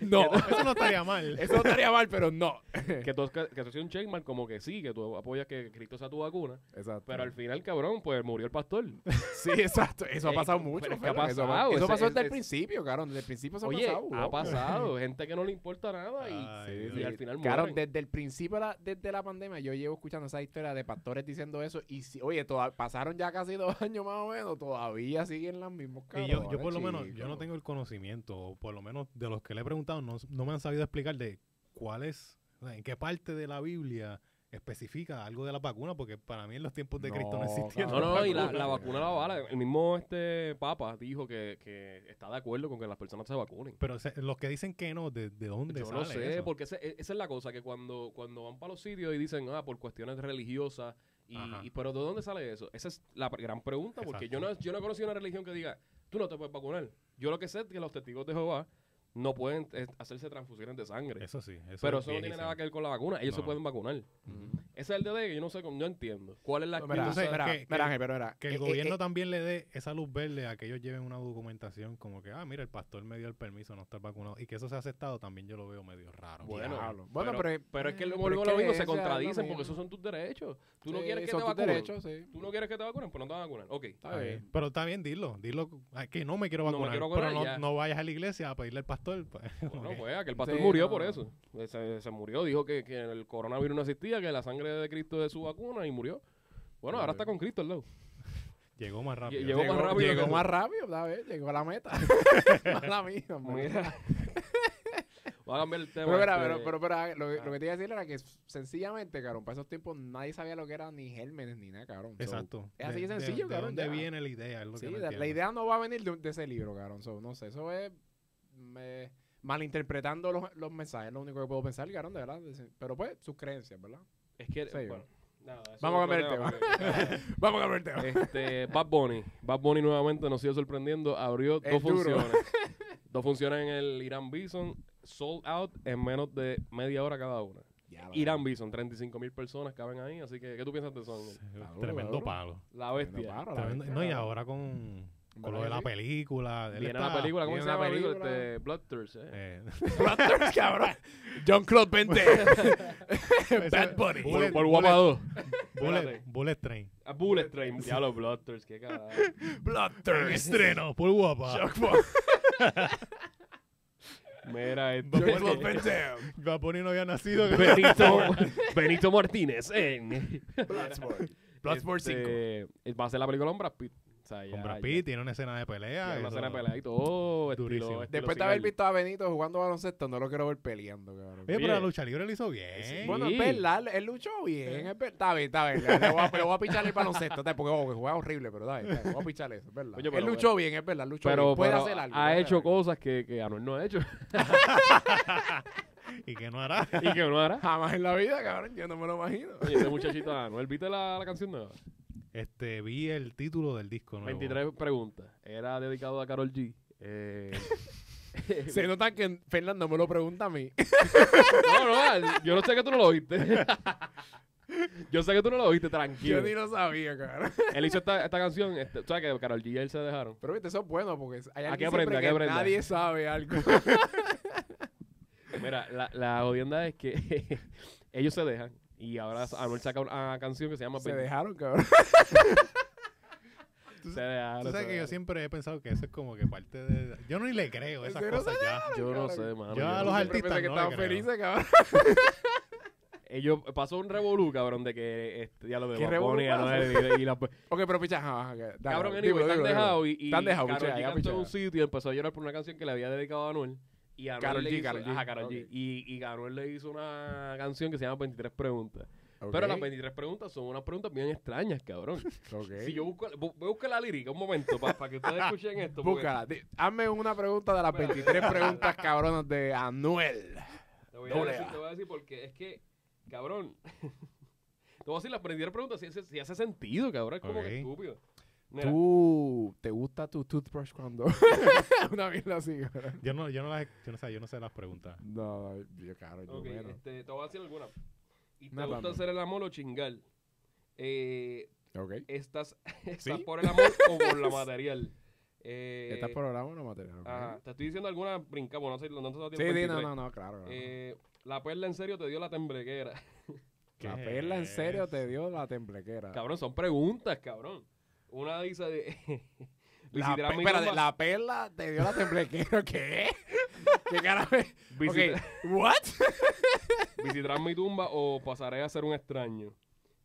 [SPEAKER 3] No,
[SPEAKER 2] Eso no estaría mal.
[SPEAKER 3] eso estaría mal, pero no.
[SPEAKER 1] que tú, que, tú hacías un checkmark como que sí, que tú apoyas que Cristo sea tu vacuna.
[SPEAKER 3] Exacto.
[SPEAKER 1] Pero al final, cabrón, pues murió el pastor.
[SPEAKER 3] Sí, exacto. Eso ha
[SPEAKER 1] Eh,
[SPEAKER 3] pasado
[SPEAKER 1] pero
[SPEAKER 3] mucho.
[SPEAKER 1] es que ha
[SPEAKER 3] Fernan, eso pa-
[SPEAKER 1] pasado,
[SPEAKER 3] Eso,
[SPEAKER 1] ese-
[SPEAKER 3] pasó desde
[SPEAKER 1] es-
[SPEAKER 3] el principio, Carol. Desde el principio eso
[SPEAKER 1] Oye,
[SPEAKER 3] ha pasado.
[SPEAKER 1] ha
[SPEAKER 3] loco.
[SPEAKER 1] pasado. Gente que no le importa nada y,
[SPEAKER 2] Ay,
[SPEAKER 1] y
[SPEAKER 2] Dios.
[SPEAKER 1] al final
[SPEAKER 3] Claro,
[SPEAKER 1] mueren.
[SPEAKER 3] desde el principio, de la, desde la pandemia, yo llevo escuchando esa historia de pastores diciendo eso. Y si, oye, toda- pasaron ya casi dos años más o menos, todavía siguen las mismas
[SPEAKER 2] Y
[SPEAKER 3] cabrones,
[SPEAKER 2] yo, yo por lo menos, yo
[SPEAKER 3] chico.
[SPEAKER 2] no tengo el conocimiento, o por lo menos de los que le he preguntado, no, no me han sabido explicar de cuál es, o sea, en qué parte de la Biblia especifica algo de la vacuna, porque para mí en los tiempos de Cristo
[SPEAKER 3] No,
[SPEAKER 2] no existía.
[SPEAKER 1] No, no, y la, la
[SPEAKER 3] Claro.
[SPEAKER 1] vacuna la bala. El mismo este Papa dijo que, que está de acuerdo con que las personas se vacunen.
[SPEAKER 2] Pero se- los que dicen que no, ¿de, de dónde
[SPEAKER 1] Yo
[SPEAKER 2] sale
[SPEAKER 1] no sé,
[SPEAKER 2] eso?
[SPEAKER 1] porque ese- e- esa es la cosa, que cuando, cuando van para los sitios y dicen, ah, por cuestiones religiosas, y,
[SPEAKER 2] Ajá.
[SPEAKER 1] y- pero ¿de dónde sale eso? Esa es la pre- gran pregunta, porque yo no,
[SPEAKER 2] Exacto.
[SPEAKER 1] yo no he conocido una religión que diga, tú no te puedes vacunar. Yo lo que sé es que los testigos de Jehová no pueden eh, hacerse transfusiones de sangre.
[SPEAKER 2] Eso sí. Eso
[SPEAKER 1] pero
[SPEAKER 2] es
[SPEAKER 1] eso no tiene nada
[SPEAKER 2] viejísimo.
[SPEAKER 1] que ver con la vacuna. Ellos
[SPEAKER 2] No,
[SPEAKER 1] se
[SPEAKER 2] no.
[SPEAKER 1] pueden vacunar.
[SPEAKER 2] Ujú.
[SPEAKER 1] Ese es el DD que yo no sé, cómo- no entiendo. ¿Cuál es la
[SPEAKER 3] Mira,
[SPEAKER 1] actitud?
[SPEAKER 2] entonces,
[SPEAKER 3] mira,
[SPEAKER 2] que-
[SPEAKER 3] mira,
[SPEAKER 2] que-
[SPEAKER 3] Ángel, pero era.
[SPEAKER 2] Que el
[SPEAKER 3] eh, eh,
[SPEAKER 2] gobierno
[SPEAKER 3] eh,
[SPEAKER 2] también le dé esa luz verde a que ellos lleven una documentación como que, ah, mira, el pastor me dio el permiso de no estar vacunado y que eso sea aceptado, también yo lo veo medio raro.
[SPEAKER 1] Bueno,
[SPEAKER 3] diablo. bueno,
[SPEAKER 1] pero-
[SPEAKER 3] pero,
[SPEAKER 1] Pero es que
[SPEAKER 3] pero
[SPEAKER 1] luego luego
[SPEAKER 3] es
[SPEAKER 1] lo
[SPEAKER 3] que
[SPEAKER 1] mismo se
[SPEAKER 3] ese es lo
[SPEAKER 1] contradicen
[SPEAKER 3] mismo.
[SPEAKER 1] porque esos son tus derechos. Tú no
[SPEAKER 3] sí,
[SPEAKER 1] quieres que
[SPEAKER 3] son
[SPEAKER 1] te
[SPEAKER 3] tus
[SPEAKER 1] vacunen.
[SPEAKER 3] derechos, sí.
[SPEAKER 1] Tú no quieres que te vacunen, pues no te van a vacunar. Ok.
[SPEAKER 3] Está bien.
[SPEAKER 2] Pero está bien, dilo, dilo ah, que no me quiero
[SPEAKER 1] No me
[SPEAKER 2] vacunar,
[SPEAKER 1] quiero
[SPEAKER 2] pero
[SPEAKER 1] vacunar, ya.
[SPEAKER 2] no, no vayas a la iglesia a pedirle al pastor. pues,
[SPEAKER 1] Bueno,
[SPEAKER 2] ok.
[SPEAKER 1] pues ah, que el pastor
[SPEAKER 3] Sí,
[SPEAKER 1] murió
[SPEAKER 3] no.
[SPEAKER 1] por eso. Se, se murió, dijo que, que el coronavirus no existía, que la sangre de Cristo es su vacuna y murió. Bueno, ahora está con Cristo al lado.
[SPEAKER 2] Llegó más rápido.
[SPEAKER 1] llegó más rápido
[SPEAKER 3] Llegó
[SPEAKER 1] que-
[SPEAKER 3] más rápido, la vez, llegó a la meta. Mala mía, hombre.
[SPEAKER 1] Mira. Voy a cambiar el tema.
[SPEAKER 3] Pero, espera,
[SPEAKER 1] este,
[SPEAKER 3] pero, pero, espera, lo, que-
[SPEAKER 1] ah.
[SPEAKER 3] lo que te iba a decir era que s- sencillamente, cabrón, para esos tiempos nadie sabía lo que eran ni gérmenes ni nada, cabrón. So,
[SPEAKER 2] Exacto.
[SPEAKER 3] es así de
[SPEAKER 2] de-
[SPEAKER 3] sencillo,
[SPEAKER 2] de
[SPEAKER 3] cabrón, ya.
[SPEAKER 2] dónde viene la idea? Es lo que
[SPEAKER 3] sí,
[SPEAKER 2] no
[SPEAKER 3] la, la
[SPEAKER 2] entiendo.
[SPEAKER 3] idea no va a venir de, un- de ese libro, cabrón. So, no sé, eso es me- malinterpretando los, los mensajes, lo único que puedo pensar, cabrón, de verdad. de- Pero pues, sus creencias, ¿verdad?
[SPEAKER 1] Es que,
[SPEAKER 3] Sí,
[SPEAKER 1] bueno, nada, eso es
[SPEAKER 3] Vamos a
[SPEAKER 1] otro
[SPEAKER 3] cambiar el
[SPEAKER 1] porque-
[SPEAKER 3] Vamos a ver el tema.
[SPEAKER 1] Este, Bad Bunny. Bad Bunny nuevamente nos sigue sorprendiendo. Abrió
[SPEAKER 3] El
[SPEAKER 1] dos
[SPEAKER 3] duro.
[SPEAKER 1] funciones. dos funciones en el Irán Bison. Sold out en menos de media hora cada una. Irán Bison, 35 mil personas caben ahí. Así que, ¿qué tú piensas de eso, Ángel?
[SPEAKER 3] Maduro,
[SPEAKER 2] Tremendo
[SPEAKER 3] Maduro.
[SPEAKER 2] palo.
[SPEAKER 1] La bestia.
[SPEAKER 2] Tremendo- No, y ahora con, con
[SPEAKER 3] ¿Verdad
[SPEAKER 2] lo de
[SPEAKER 3] que
[SPEAKER 2] la
[SPEAKER 3] sí?
[SPEAKER 2] película. él
[SPEAKER 1] Viene
[SPEAKER 2] está-
[SPEAKER 1] la película, ¿cómo
[SPEAKER 3] viene
[SPEAKER 1] se llama
[SPEAKER 3] una
[SPEAKER 1] la película?
[SPEAKER 3] película.
[SPEAKER 1] Este, Bloodthirst, ¿eh?
[SPEAKER 2] eh,
[SPEAKER 3] Raptors, cabrón. John Claude Vente.
[SPEAKER 2] Bad
[SPEAKER 3] Bunny.
[SPEAKER 1] Por,
[SPEAKER 2] Bullet,
[SPEAKER 1] por guapa dos.
[SPEAKER 2] Bullet,
[SPEAKER 1] Espérate.
[SPEAKER 2] Bullet Train.
[SPEAKER 1] A Bullet Train. Ya los Bloodthirst, qué cagada.
[SPEAKER 2] El estreno, por guapa.
[SPEAKER 1] Mira este. esto.
[SPEAKER 2] John Claude
[SPEAKER 1] Benito,
[SPEAKER 2] Bad Bunny no había nacido.
[SPEAKER 1] Benito Martínez en...
[SPEAKER 3] Bloodsport
[SPEAKER 1] Este, Va a ser la película con Brad Pitt. O sea, ya-
[SPEAKER 2] Con Brad
[SPEAKER 1] ya-
[SPEAKER 2] Pitt, tiene una escena de pelea.
[SPEAKER 1] Tiene una
[SPEAKER 2] eso-
[SPEAKER 1] escena de pelea y todo. estilo-
[SPEAKER 2] Durísimo.
[SPEAKER 1] estilo
[SPEAKER 3] Después de haber
[SPEAKER 1] cigal.
[SPEAKER 3] visto a Benito jugando baloncesto, no lo quiero ver peleando, cabrón.
[SPEAKER 2] Oye, pero la
[SPEAKER 1] Oye.
[SPEAKER 2] lucha libre lo hizo bien.
[SPEAKER 1] Sí.
[SPEAKER 3] Bueno, es verdad, él luchó bien,
[SPEAKER 2] Eh.
[SPEAKER 3] es verdad. Está bien, está bien. Le, le voy, a, le voy a pichar el baloncesto, está bien, porque oh, que juega horrible, pero está bien, está bien, voy a picharle eso, es verdad.
[SPEAKER 1] Oye, pero-
[SPEAKER 3] él luchó bien, es verdad, luchó
[SPEAKER 1] Pero,
[SPEAKER 3] bien. Puede
[SPEAKER 1] pero
[SPEAKER 3] hacer algo.
[SPEAKER 1] ha
[SPEAKER 3] puede
[SPEAKER 1] hecho
[SPEAKER 3] hacer algo.
[SPEAKER 1] cosas que, que Anuel no ha hecho
[SPEAKER 2] ¿Y qué no hará?
[SPEAKER 1] y que no hará.
[SPEAKER 3] Jamás en la vida, cabrón, yo no me lo imagino.
[SPEAKER 1] Oye, ese muchachito de Anuel, ¿viste la, la canción nueva?
[SPEAKER 2] Este, vi el título del disco. nuevo.
[SPEAKER 1] 23 preguntas. Era dedicado a Carol G. Eh,
[SPEAKER 3] Se nota que Fernando me lo pregunta a mí.
[SPEAKER 1] no, no, yo no sé que tú no lo viste. yo sé que tú no lo viste, tranquilo.
[SPEAKER 3] Yo ni lo sabía, cabrón.
[SPEAKER 1] Él hizo esta, esta canción, este, ¿sabes que Carol G y él se dejaron?
[SPEAKER 3] Pero viste, eso es bueno porque hay
[SPEAKER 1] Hay que
[SPEAKER 3] alguien
[SPEAKER 1] aprender,
[SPEAKER 3] siempre
[SPEAKER 1] hay que
[SPEAKER 3] que
[SPEAKER 1] aprender.
[SPEAKER 3] nadie sabe algo.
[SPEAKER 1] Mira, la, la jodienda es que ellos se dejan y ahora Anuel saca una canción que se llama
[SPEAKER 3] Se
[SPEAKER 1] 20.
[SPEAKER 3] dejaron, cabrón.
[SPEAKER 1] Se dejaron,
[SPEAKER 2] Tú
[SPEAKER 1] se
[SPEAKER 2] sabes que yo
[SPEAKER 1] dejaron.
[SPEAKER 2] siempre he pensado que eso es como que parte de... Yo ni le creo esas
[SPEAKER 3] ¿En serio
[SPEAKER 2] cosas ya.
[SPEAKER 1] Yo no
[SPEAKER 3] cabrón.
[SPEAKER 1] sé, mano.
[SPEAKER 2] Yo a
[SPEAKER 1] no
[SPEAKER 2] los
[SPEAKER 1] sé.
[SPEAKER 3] Siempre pensé
[SPEAKER 2] artistas
[SPEAKER 3] que
[SPEAKER 2] no le
[SPEAKER 3] estaban
[SPEAKER 2] creo.
[SPEAKER 3] felices, cabrón.
[SPEAKER 1] Ellos pasó un revolú, cabrón, de que este, ya lo de
[SPEAKER 3] ¿Qué
[SPEAKER 1] Bad
[SPEAKER 3] revolú
[SPEAKER 1] Bunny, ya lo de- y, y la-
[SPEAKER 3] Ok, pero picha, ajá, ajá, dale,
[SPEAKER 1] cabrón,
[SPEAKER 3] dale,
[SPEAKER 1] anyway,
[SPEAKER 3] dilo,
[SPEAKER 1] están
[SPEAKER 3] dilo, dilo.
[SPEAKER 1] dejados y, y
[SPEAKER 3] Están dejados,
[SPEAKER 1] Karol
[SPEAKER 3] pichea,
[SPEAKER 1] G
[SPEAKER 3] ya,
[SPEAKER 1] cantó en un
[SPEAKER 3] pichea.
[SPEAKER 1] sitio y empezó a llorar por una canción que le había dedicado a Anuel. Y Anuel
[SPEAKER 3] Karol
[SPEAKER 1] le
[SPEAKER 3] G,
[SPEAKER 1] hizo,
[SPEAKER 3] Karol G.
[SPEAKER 1] ajá, Karol G.
[SPEAKER 3] Ok.
[SPEAKER 1] Y, y Anuel le hizo una canción que se llama 23 preguntas.
[SPEAKER 3] Ok,
[SPEAKER 1] Pero las 23 preguntas son unas preguntas bien extrañas, cabrón.
[SPEAKER 3] ok.
[SPEAKER 1] Si yo busco, bu- voy a buscar la lírica un momento para que ustedes escuchen esto. porque-
[SPEAKER 3] Búscala. di- Hazme una pregunta de las 23 preguntas cabronas de Anuel.
[SPEAKER 1] Te voy,
[SPEAKER 3] Doble
[SPEAKER 1] a decir,
[SPEAKER 3] A.
[SPEAKER 1] te voy a decir porque es que, cabrón. te voy a decir la primera pregunta si, hace- si hace sentido, cabrón. Es como
[SPEAKER 2] Ok.
[SPEAKER 1] que estúpido. Mira,
[SPEAKER 3] ¿Tú te gusta tu toothbrush cuando una mierda así? cabrón.
[SPEAKER 2] Yo no, yo no las... Yo no, sé, yo no sé las preguntas.
[SPEAKER 3] No, yo cabrón, yo
[SPEAKER 1] ok,
[SPEAKER 3] menos.
[SPEAKER 1] este, te voy a decir alguna. ¿Y te
[SPEAKER 3] Una
[SPEAKER 1] gusta
[SPEAKER 3] random.
[SPEAKER 1] hacer el amor o chingar? Eh,
[SPEAKER 3] Ok.
[SPEAKER 1] ¿Estás,
[SPEAKER 3] ¿Sí?
[SPEAKER 1] estás por el amor o por la material? Eh,
[SPEAKER 3] ¿Estás por programa o no material? ok?
[SPEAKER 1] ajá, Te estoy diciendo alguna brinca, bueno, no sé, no te lo
[SPEAKER 3] Sí, sí, no, no, no, claro. claro.
[SPEAKER 1] Eh, la perla en serio te dio la temblequera.
[SPEAKER 3] la
[SPEAKER 2] ¿Qué
[SPEAKER 3] perla en serio
[SPEAKER 2] es?
[SPEAKER 3] te dio la temblequera.
[SPEAKER 1] Cabrón, son preguntas, cabrón. Una dice de.
[SPEAKER 3] La,
[SPEAKER 1] visitará
[SPEAKER 3] pe-
[SPEAKER 1] mi
[SPEAKER 3] espérate,
[SPEAKER 1] tumba-
[SPEAKER 3] la perla te dio la temblequera. ¿Qué? ¿Qué carajo? es?
[SPEAKER 1] visita-
[SPEAKER 3] Ok, ¿what?
[SPEAKER 1] visitarás mi tumba o pasaré a ser un extraño.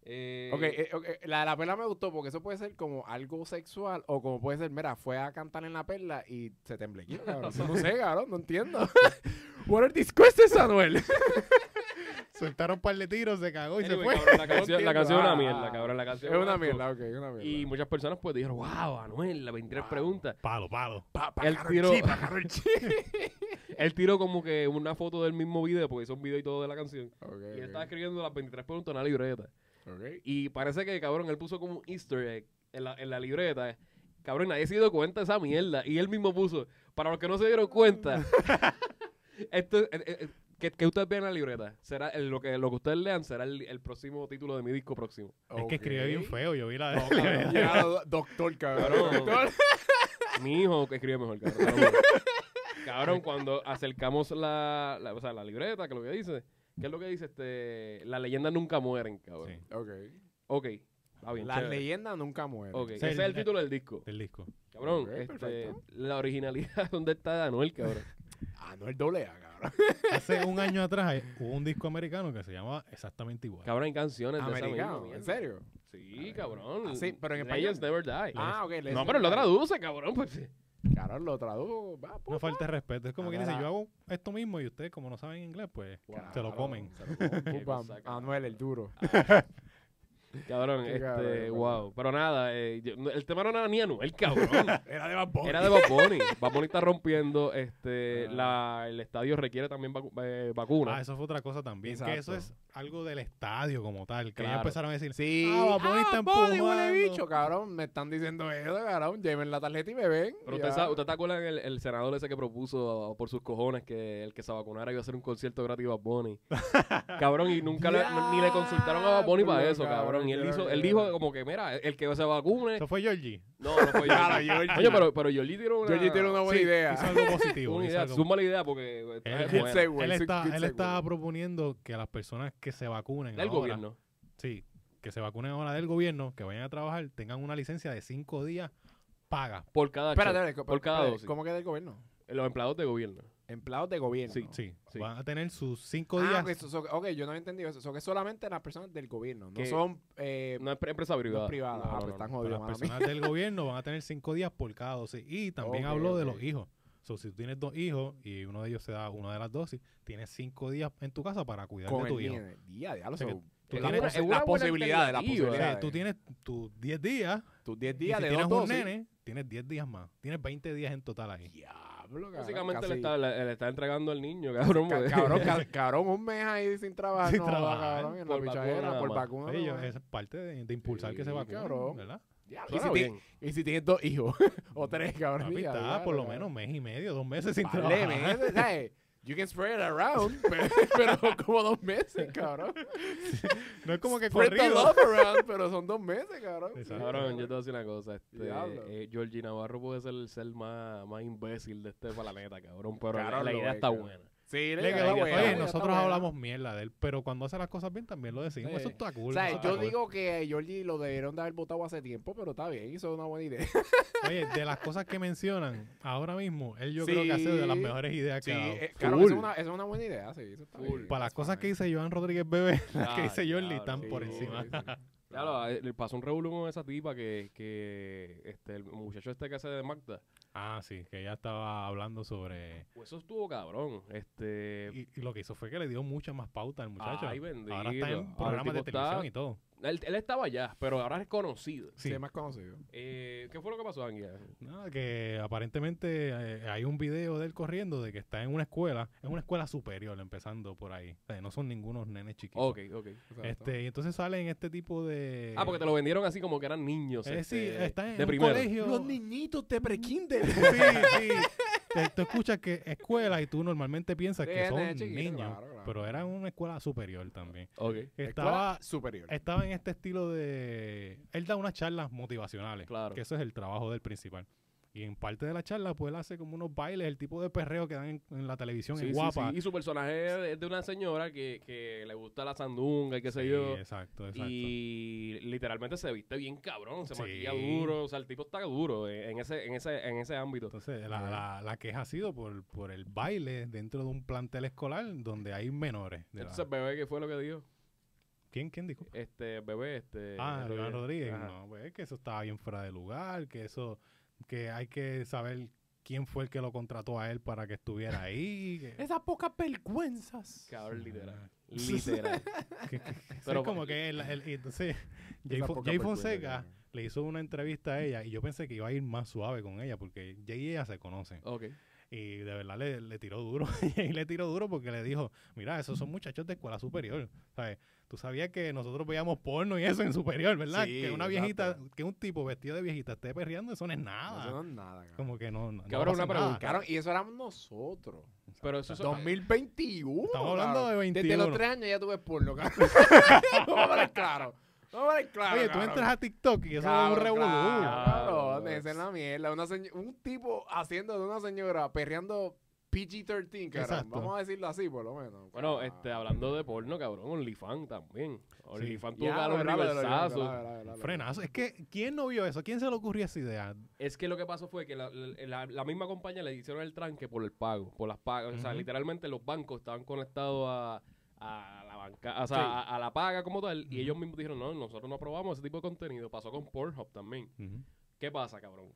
[SPEAKER 1] Eh,
[SPEAKER 3] Ok, eh, ok, la de la perla me gustó porque eso puede ser como algo sexual o como puede ser, mira, fue a cantar en la perla y se temblequeó, cabrón. Yo no sé, cabrón, no entiendo. What are these questions, Anuel?
[SPEAKER 2] Soltaron un par de tiros, se cagó y se
[SPEAKER 1] anyway,
[SPEAKER 2] fue.
[SPEAKER 1] cabrón, la, canción, la
[SPEAKER 3] entiendo.
[SPEAKER 1] canción es una
[SPEAKER 3] Ah,
[SPEAKER 1] mierda,
[SPEAKER 3] ah.
[SPEAKER 1] cabrón. La
[SPEAKER 3] es
[SPEAKER 1] canción
[SPEAKER 3] una
[SPEAKER 1] asco.
[SPEAKER 3] mierda, ok, es una mierda.
[SPEAKER 1] Y muchas personas pues dijeron, wow, Anuel, la 23
[SPEAKER 3] Wow.
[SPEAKER 1] preguntas.
[SPEAKER 2] Palo, palo.
[SPEAKER 3] Pa- pa-
[SPEAKER 1] Él
[SPEAKER 3] Karol
[SPEAKER 1] tiró,
[SPEAKER 3] G, pa- Karol G.
[SPEAKER 1] él tiró como que una foto del mismo video, porque hizo un video y todo de la canción.
[SPEAKER 3] Ok,
[SPEAKER 1] Y él estaba
[SPEAKER 3] ok,
[SPEAKER 1] escribiendo las 23 preguntas en una libreta.
[SPEAKER 3] ok.
[SPEAKER 1] Y parece que, cabrón, él puso como un easter egg en la, en la libreta. Cabrón, nadie se dio cuenta de esa mierda. Y él mismo puso, para los que no se dieron cuenta, esto, eh, eh, eh, que, que ustedes vean en la libreta. Será el- lo, que, lo que ustedes lean será el, el próximo título de mi disco próximo.
[SPEAKER 2] Es que escribe bien feo, yo vi la
[SPEAKER 3] No, cabrón, ya, do- doctor, cabrón.
[SPEAKER 1] Cabrón.
[SPEAKER 3] Doctor.
[SPEAKER 1] Mi hijo que escribe mejor, cabrón. te lo juro. Cabrón, cuando acercamos la, la- o sea, la libreta, que lo que dice, ¿qué es lo que dice? Este, las leyendas nunca mueren, cabrón.
[SPEAKER 2] Sí.
[SPEAKER 3] Ok.
[SPEAKER 1] Ok, está bien.
[SPEAKER 3] Las
[SPEAKER 1] chévere.
[SPEAKER 3] leyendas nunca mueren.
[SPEAKER 1] Ok,
[SPEAKER 2] Sí,
[SPEAKER 1] ese es el
[SPEAKER 2] eh,
[SPEAKER 1] título del disco.
[SPEAKER 2] del disco.
[SPEAKER 1] Cabrón,
[SPEAKER 3] Ok,
[SPEAKER 1] este,
[SPEAKER 3] perfecto.
[SPEAKER 1] la originalidad, ¿dónde está de Anuel, cabrón?
[SPEAKER 3] Ah, no el doble A, cabrón.
[SPEAKER 2] Hace un año atrás eh, hubo un disco americano que se llamaba exactamente igual.
[SPEAKER 1] Cabrón, en canciones de esa misma
[SPEAKER 3] Americano,
[SPEAKER 1] mierda.
[SPEAKER 3] ¿en serio?
[SPEAKER 1] Sí, cabrón.
[SPEAKER 3] Ah, sí, pero en
[SPEAKER 1] Legends Never
[SPEAKER 3] español.
[SPEAKER 1] Die.
[SPEAKER 3] Ah, ok. les-
[SPEAKER 1] no, pero lo traduce, cabrón. Pues.
[SPEAKER 3] Claro, lo tradujo. Va, pues. pum,
[SPEAKER 2] Una falta de respeto. Es como
[SPEAKER 3] A
[SPEAKER 2] que
[SPEAKER 3] ver,
[SPEAKER 2] dice,
[SPEAKER 3] a-
[SPEAKER 2] yo hago esto mismo y ustedes como no saben inglés, pues se lo
[SPEAKER 3] Claro.
[SPEAKER 2] comen.
[SPEAKER 1] Se lo comen,
[SPEAKER 3] pum,
[SPEAKER 1] qué
[SPEAKER 3] pam.
[SPEAKER 1] cosa, cabrón.
[SPEAKER 3] Anuel, el duro.
[SPEAKER 1] Cabrón,
[SPEAKER 3] Qué
[SPEAKER 1] este,
[SPEAKER 3] cabrón, cabrón.
[SPEAKER 1] wow. Pero nada, eh, yo- no, el tema no era ni Anuel, cabrón.
[SPEAKER 3] Era de Bad Bunny.
[SPEAKER 1] Era de Bad Bunny. Bad Bunny está rompiendo. Este,
[SPEAKER 3] Ah.
[SPEAKER 1] la, el estadio requiere también vacu- eh, vacuna.
[SPEAKER 2] Ah, eso fue otra cosa también. Que eso es
[SPEAKER 3] Exacto.
[SPEAKER 2] algo del estadio como tal. Que
[SPEAKER 1] Claro.
[SPEAKER 2] ya empezaron a decir,
[SPEAKER 3] Sí.
[SPEAKER 2] Ah, Bad Bunny está empujando.
[SPEAKER 3] huele bicho, cabrón. Me están diciendo eso, cabrón. Lleven la tarjeta y me ven.
[SPEAKER 1] pero
[SPEAKER 3] ya.
[SPEAKER 1] usted, sabe, ¿usted te acuerdan el, el senador ese que propuso por sus cojones que el que se vacunara iba a hacer un concierto gratis a Bad Bunny? cabrón, y nunca le- ni le consultaron a Bad Bunny para
[SPEAKER 3] Diablo,
[SPEAKER 1] eso, cabrón. Y él,
[SPEAKER 3] cabrón,
[SPEAKER 1] hizo, él
[SPEAKER 3] qué
[SPEAKER 1] dijo
[SPEAKER 3] cabrón.
[SPEAKER 1] como que, mira, el que se vacune.
[SPEAKER 2] eso fue Georgie.
[SPEAKER 1] No, no fue
[SPEAKER 3] Claro,
[SPEAKER 1] yo.
[SPEAKER 3] Georgie.
[SPEAKER 1] Oye, pero, pero Yoli tiene una.
[SPEAKER 3] Georgie tiene una buena
[SPEAKER 2] Sí,
[SPEAKER 3] idea.
[SPEAKER 2] Hizo algo positivo.
[SPEAKER 1] una
[SPEAKER 2] hizo
[SPEAKER 1] idea.
[SPEAKER 2] algo-
[SPEAKER 1] Es una mala idea porque.
[SPEAKER 2] Él-
[SPEAKER 1] es
[SPEAKER 2] él-
[SPEAKER 1] buena.
[SPEAKER 3] segue,
[SPEAKER 2] él
[SPEAKER 3] sí,
[SPEAKER 2] está,
[SPEAKER 3] good
[SPEAKER 2] él estaba
[SPEAKER 3] segue.
[SPEAKER 2] proponiendo que las personas que se vacunen
[SPEAKER 1] Del
[SPEAKER 2] ahora-
[SPEAKER 1] gobierno.
[SPEAKER 2] Sí, que se vacunen ahora del gobierno, que vayan a trabajar, tengan una licencia de cinco días paga.
[SPEAKER 1] Por cada.
[SPEAKER 3] Espérate,
[SPEAKER 1] show.
[SPEAKER 3] espérate,
[SPEAKER 1] por cada
[SPEAKER 3] espérate,
[SPEAKER 1] dosis.
[SPEAKER 3] ¿Cómo queda el gobierno?
[SPEAKER 1] Los empleados de gobierno.
[SPEAKER 3] Empleados de gobierno.
[SPEAKER 1] Sí,
[SPEAKER 2] Sí,
[SPEAKER 1] Sí.
[SPEAKER 2] van a tener sus cinco
[SPEAKER 3] Ah,
[SPEAKER 2] días.
[SPEAKER 3] ok, eso- eso- ok, yo no había entendido eso. Eso que solamente las personas del gobierno. No
[SPEAKER 1] Que-
[SPEAKER 3] son eh,
[SPEAKER 1] No es pre- empresa privada.
[SPEAKER 3] no es privada.
[SPEAKER 1] No,
[SPEAKER 3] ah,
[SPEAKER 1] no,
[SPEAKER 3] pues
[SPEAKER 1] no,
[SPEAKER 3] están
[SPEAKER 1] no.
[SPEAKER 2] Pero
[SPEAKER 3] jodidos,
[SPEAKER 2] las
[SPEAKER 3] mala mía.
[SPEAKER 2] personas del gobierno van a tener cinco días por cada dosis. Y también
[SPEAKER 3] Ok,
[SPEAKER 2] habló de
[SPEAKER 3] ok.
[SPEAKER 2] los hijos. So, si tú tienes dos hijos y uno de ellos se da una de las dosis, tienes cinco días en tu casa para cuidar
[SPEAKER 3] Con
[SPEAKER 2] de tu
[SPEAKER 3] el
[SPEAKER 2] hijo.
[SPEAKER 3] nene. Día, diablo,
[SPEAKER 2] O sea, que
[SPEAKER 3] so-
[SPEAKER 2] tú
[SPEAKER 3] las
[SPEAKER 2] tienes-
[SPEAKER 3] posi-
[SPEAKER 1] es una
[SPEAKER 3] las
[SPEAKER 1] buena
[SPEAKER 3] posibilidades, las
[SPEAKER 1] alternativa.
[SPEAKER 2] O
[SPEAKER 3] posibilidades.
[SPEAKER 2] sea, tú tienes tus 10 días.
[SPEAKER 3] tus 10
[SPEAKER 2] y
[SPEAKER 3] eh. días
[SPEAKER 2] si
[SPEAKER 3] de
[SPEAKER 2] tienes
[SPEAKER 3] dos
[SPEAKER 2] un
[SPEAKER 3] dosis.
[SPEAKER 2] nene, tienes 10 días más. Tienes 20 días en total ahí.
[SPEAKER 3] Diablo, cabrón.
[SPEAKER 1] Básicamente le
[SPEAKER 3] casi-
[SPEAKER 1] está, le, le está entregando al niño, cabrón. porque-
[SPEAKER 3] Ca- cabrón, ca- cabrón, un mes ahí sin trabajar.
[SPEAKER 2] Sin
[SPEAKER 3] no, va,
[SPEAKER 2] trabajar,
[SPEAKER 3] cabrón, en la
[SPEAKER 1] por vacuna
[SPEAKER 3] pichadera,
[SPEAKER 1] nada
[SPEAKER 3] por
[SPEAKER 1] más.
[SPEAKER 3] vacuna.
[SPEAKER 2] Oye, yo-
[SPEAKER 3] no,
[SPEAKER 2] es parte de, de impulsar que se
[SPEAKER 3] Sí,
[SPEAKER 2] vacunen,
[SPEAKER 3] cabrón.
[SPEAKER 2] ¿verdad?
[SPEAKER 3] diablo. Y
[SPEAKER 1] Suena
[SPEAKER 3] si ti-
[SPEAKER 1] bien.
[SPEAKER 3] Y si tienes dos hijos, o tres, cabrón.
[SPEAKER 2] Papi,
[SPEAKER 3] ya,
[SPEAKER 2] está
[SPEAKER 3] diablo,
[SPEAKER 2] por lo
[SPEAKER 3] cabrón.
[SPEAKER 2] menos un mes y medio, dos meses sin
[SPEAKER 3] Vale,
[SPEAKER 2] trabajar.
[SPEAKER 3] men, ¿sabes? You can spread it around, pero, pero como dos meses, cabrón.
[SPEAKER 2] No es como que
[SPEAKER 3] Spread the
[SPEAKER 2] corrido.
[SPEAKER 3] love around, pero son dos meses, cabrón.
[SPEAKER 2] Exacto.
[SPEAKER 1] Cabrón, yo te voy a decir una cosa. Este,
[SPEAKER 3] Diablo.
[SPEAKER 1] eh, Georgie Navarro puede ser el ser más, más imbécil de este planeta, cabrón. Pero la-
[SPEAKER 3] Cabrón,
[SPEAKER 1] la
[SPEAKER 3] lo
[SPEAKER 1] idea
[SPEAKER 3] es,
[SPEAKER 1] está
[SPEAKER 3] cabrón.
[SPEAKER 1] buena.
[SPEAKER 3] Sí,
[SPEAKER 2] Le quedó
[SPEAKER 1] Oye,
[SPEAKER 2] bueno.
[SPEAKER 1] oye,
[SPEAKER 2] nosotros hablamos mierda de él, pero cuando hace las cosas bien también lo decimos.
[SPEAKER 3] Sí.
[SPEAKER 2] Eso está cool.
[SPEAKER 3] O sea,
[SPEAKER 2] eso está
[SPEAKER 3] yo
[SPEAKER 2] cool.
[SPEAKER 3] digo que a Georgie lo debieron de haber votado hace tiempo, pero está bien, hizo una buena idea.
[SPEAKER 2] Oye, de las cosas que mencionan ahora mismo, él yo
[SPEAKER 3] Sí.
[SPEAKER 2] creo que hace de las mejores ideas
[SPEAKER 3] Sí,
[SPEAKER 2] que ha dado.
[SPEAKER 3] eh, claro,
[SPEAKER 1] Full.
[SPEAKER 3] eso es, una, eso es una buena idea, sí. eso está
[SPEAKER 1] Full.
[SPEAKER 3] bien.
[SPEAKER 2] Para las
[SPEAKER 3] That's
[SPEAKER 2] cosas que
[SPEAKER 3] fine.
[SPEAKER 2] dice Joan Rodríguez Bebé, las que
[SPEAKER 1] Ah,
[SPEAKER 2] dice Jordi
[SPEAKER 1] diablo,
[SPEAKER 2] están
[SPEAKER 1] sí,
[SPEAKER 2] por
[SPEAKER 1] sí,
[SPEAKER 2] encima.
[SPEAKER 1] sí. Claro, eh, le pasó un revuelo con esa tipa que, que este, el muchacho este que hace de Magda.
[SPEAKER 2] Ah, sí, que ella estaba hablando sobre...
[SPEAKER 1] Pues eso estuvo cabrón. Este,
[SPEAKER 2] Eh,
[SPEAKER 3] Eh,
[SPEAKER 2] Y, y lo que hizo fue que le dio muchas más pautas al muchacho.
[SPEAKER 1] Ay, bendito.
[SPEAKER 2] ahora está en
[SPEAKER 1] Ahora el
[SPEAKER 2] programas de
[SPEAKER 1] tipo está-
[SPEAKER 2] televisión y todo.
[SPEAKER 1] él, él estaba allá, pero ahora es conocido.
[SPEAKER 3] Sí,
[SPEAKER 2] Sí.
[SPEAKER 3] es más conocido.
[SPEAKER 1] Eh, ¿Qué fue lo que pasó, Anguilla?
[SPEAKER 2] Nada, que aparentemente eh, hay un video de él corriendo de que está en una escuela, es una escuela superior, empezando por ahí. O sea, no son ningunos nenes chiquitos.
[SPEAKER 1] Ok, ok.
[SPEAKER 3] Exacto.
[SPEAKER 2] Este, y entonces salen este tipo de.
[SPEAKER 1] Ah, porque te lo vendieron así como que eran niños.
[SPEAKER 2] Eh, sí,
[SPEAKER 1] este,
[SPEAKER 2] está en
[SPEAKER 1] de
[SPEAKER 2] un
[SPEAKER 1] primero.
[SPEAKER 2] colegio.
[SPEAKER 3] Los niñitos de prekinder.
[SPEAKER 2] Sí, sí. Te- Tú escuchas que escuela y tú normalmente piensas
[SPEAKER 3] Sí,
[SPEAKER 2] que son
[SPEAKER 3] nene chiquito,
[SPEAKER 2] niños,
[SPEAKER 3] claro, claro.
[SPEAKER 2] pero era una escuela superior también.
[SPEAKER 1] Ok,
[SPEAKER 2] Estaba,
[SPEAKER 3] Escuela superior.
[SPEAKER 2] estaba en este estilo de... Él da unas charlas motivacionales,
[SPEAKER 1] Claro.
[SPEAKER 2] que eso es el trabajo del principal. Y en parte de la charla, pues él hace como unos bailes, el tipo de perreo que dan en, en la televisión,
[SPEAKER 1] Sí,
[SPEAKER 2] en
[SPEAKER 1] sí,
[SPEAKER 2] guapa.
[SPEAKER 1] sí. Y su personaje es de una señora que, que le gusta la sandunga y qué sé
[SPEAKER 2] Sí,
[SPEAKER 1] yo.
[SPEAKER 2] exacto, exacto.
[SPEAKER 1] Y literalmente se viste bien cabrón, se
[SPEAKER 2] Sí.
[SPEAKER 1] maquilla duro, o sea, el tipo está duro eh, en ese, en ese, en ese ámbito.
[SPEAKER 2] Entonces,
[SPEAKER 1] eh,
[SPEAKER 2] la, la, la queja ha sido por, por el baile dentro de un plantel escolar donde hay menores. de edad.
[SPEAKER 1] Entonces, bebé, ¿qué fue lo que dijo?
[SPEAKER 2] ¿Quién, quién dijo?
[SPEAKER 1] Este, bebé, este.
[SPEAKER 2] Ah, Iván Rodríguez.
[SPEAKER 1] Ajá.
[SPEAKER 2] No, pues es que eso estaba bien fuera de lugar, que eso, que hay que saber quién fue el que lo contrató a él para que estuviera ahí. que-
[SPEAKER 3] Esas pocas vergüenzas.
[SPEAKER 1] Cabrón, literal.
[SPEAKER 2] Ah.
[SPEAKER 1] Literal.
[SPEAKER 2] que- que- que-
[SPEAKER 1] Pero-
[SPEAKER 2] es como que el- el- y entonces Jay,
[SPEAKER 3] Esas
[SPEAKER 2] Fon-
[SPEAKER 3] pocas
[SPEAKER 2] Jay
[SPEAKER 3] vergüenzas,
[SPEAKER 2] Fonseca
[SPEAKER 3] cabrón.
[SPEAKER 2] le hizo una entrevista a ella y yo pensé que iba a ir más suave con ella porque Jay y ella se conocen.
[SPEAKER 1] ok.
[SPEAKER 2] Y de verdad le, le tiró duro. y le tiró duro porque le dijo, mira, esos son muchachos de escuela superior. ¿Sabes? Tú sabías que nosotros veíamos porno y eso en superior, ¿verdad?
[SPEAKER 3] Sí,
[SPEAKER 2] que una
[SPEAKER 3] exacto.
[SPEAKER 2] viejita, que un tipo vestido de viejita esté perreando, eso no es nada.
[SPEAKER 3] Eso no es nada, cabrón.
[SPEAKER 2] Como que no, no- no
[SPEAKER 1] Cabrón,
[SPEAKER 2] pasa
[SPEAKER 1] una
[SPEAKER 2] nada.
[SPEAKER 1] pregunta.
[SPEAKER 3] Cabrón, y eso éramos nosotros.
[SPEAKER 1] Pero eso es.
[SPEAKER 3] 2021.
[SPEAKER 2] Estamos hablando
[SPEAKER 3] cabrón.
[SPEAKER 2] de
[SPEAKER 3] Desde
[SPEAKER 2] 21.
[SPEAKER 3] los 3 años ya tuve porno, cabrón. Vamos a hablar claro. Vamos a hablar claro.
[SPEAKER 2] Oye, tú
[SPEAKER 3] cabrón.
[SPEAKER 2] entras a TikTok y eso es un
[SPEAKER 3] Cabrón,
[SPEAKER 2] revolú.
[SPEAKER 3] claro,
[SPEAKER 1] Cabrón.
[SPEAKER 3] esa es la mierda. Una señ- un tipo haciendo de una señora perreando PG-13, cabrón.
[SPEAKER 2] Exacto.
[SPEAKER 3] Vamos a decirlo así, por lo menos.
[SPEAKER 1] Bueno,
[SPEAKER 3] Ah.
[SPEAKER 1] este, hablando de porno, cabrón, OnlyFans también. OnlyFans tuvo que
[SPEAKER 3] Ya,
[SPEAKER 1] dar
[SPEAKER 3] lo
[SPEAKER 1] un
[SPEAKER 3] verá, lo verá, lo verá, lo
[SPEAKER 1] reversazo.
[SPEAKER 3] verá, lo verá, lo verá.
[SPEAKER 2] Frenazo. Es que, ¿quién no vio eso? ¿Quién se le ocurrió esa idea?
[SPEAKER 1] Es que lo que pasó fue que la, la- la- la misma compañía le hicieron el tranque por el pago, por las pagas. O sea,
[SPEAKER 2] Ujú.
[SPEAKER 1] literalmente los bancos estaban conectados a, a la banca, o sea,
[SPEAKER 3] Sí.
[SPEAKER 1] a, a la paga como tal. Y
[SPEAKER 2] Ujú.
[SPEAKER 1] ellos mismos dijeron, no, nosotros no aprobamos ese tipo de contenido. Pasó con Pornhub también. ¿Qué pasa, cabrón?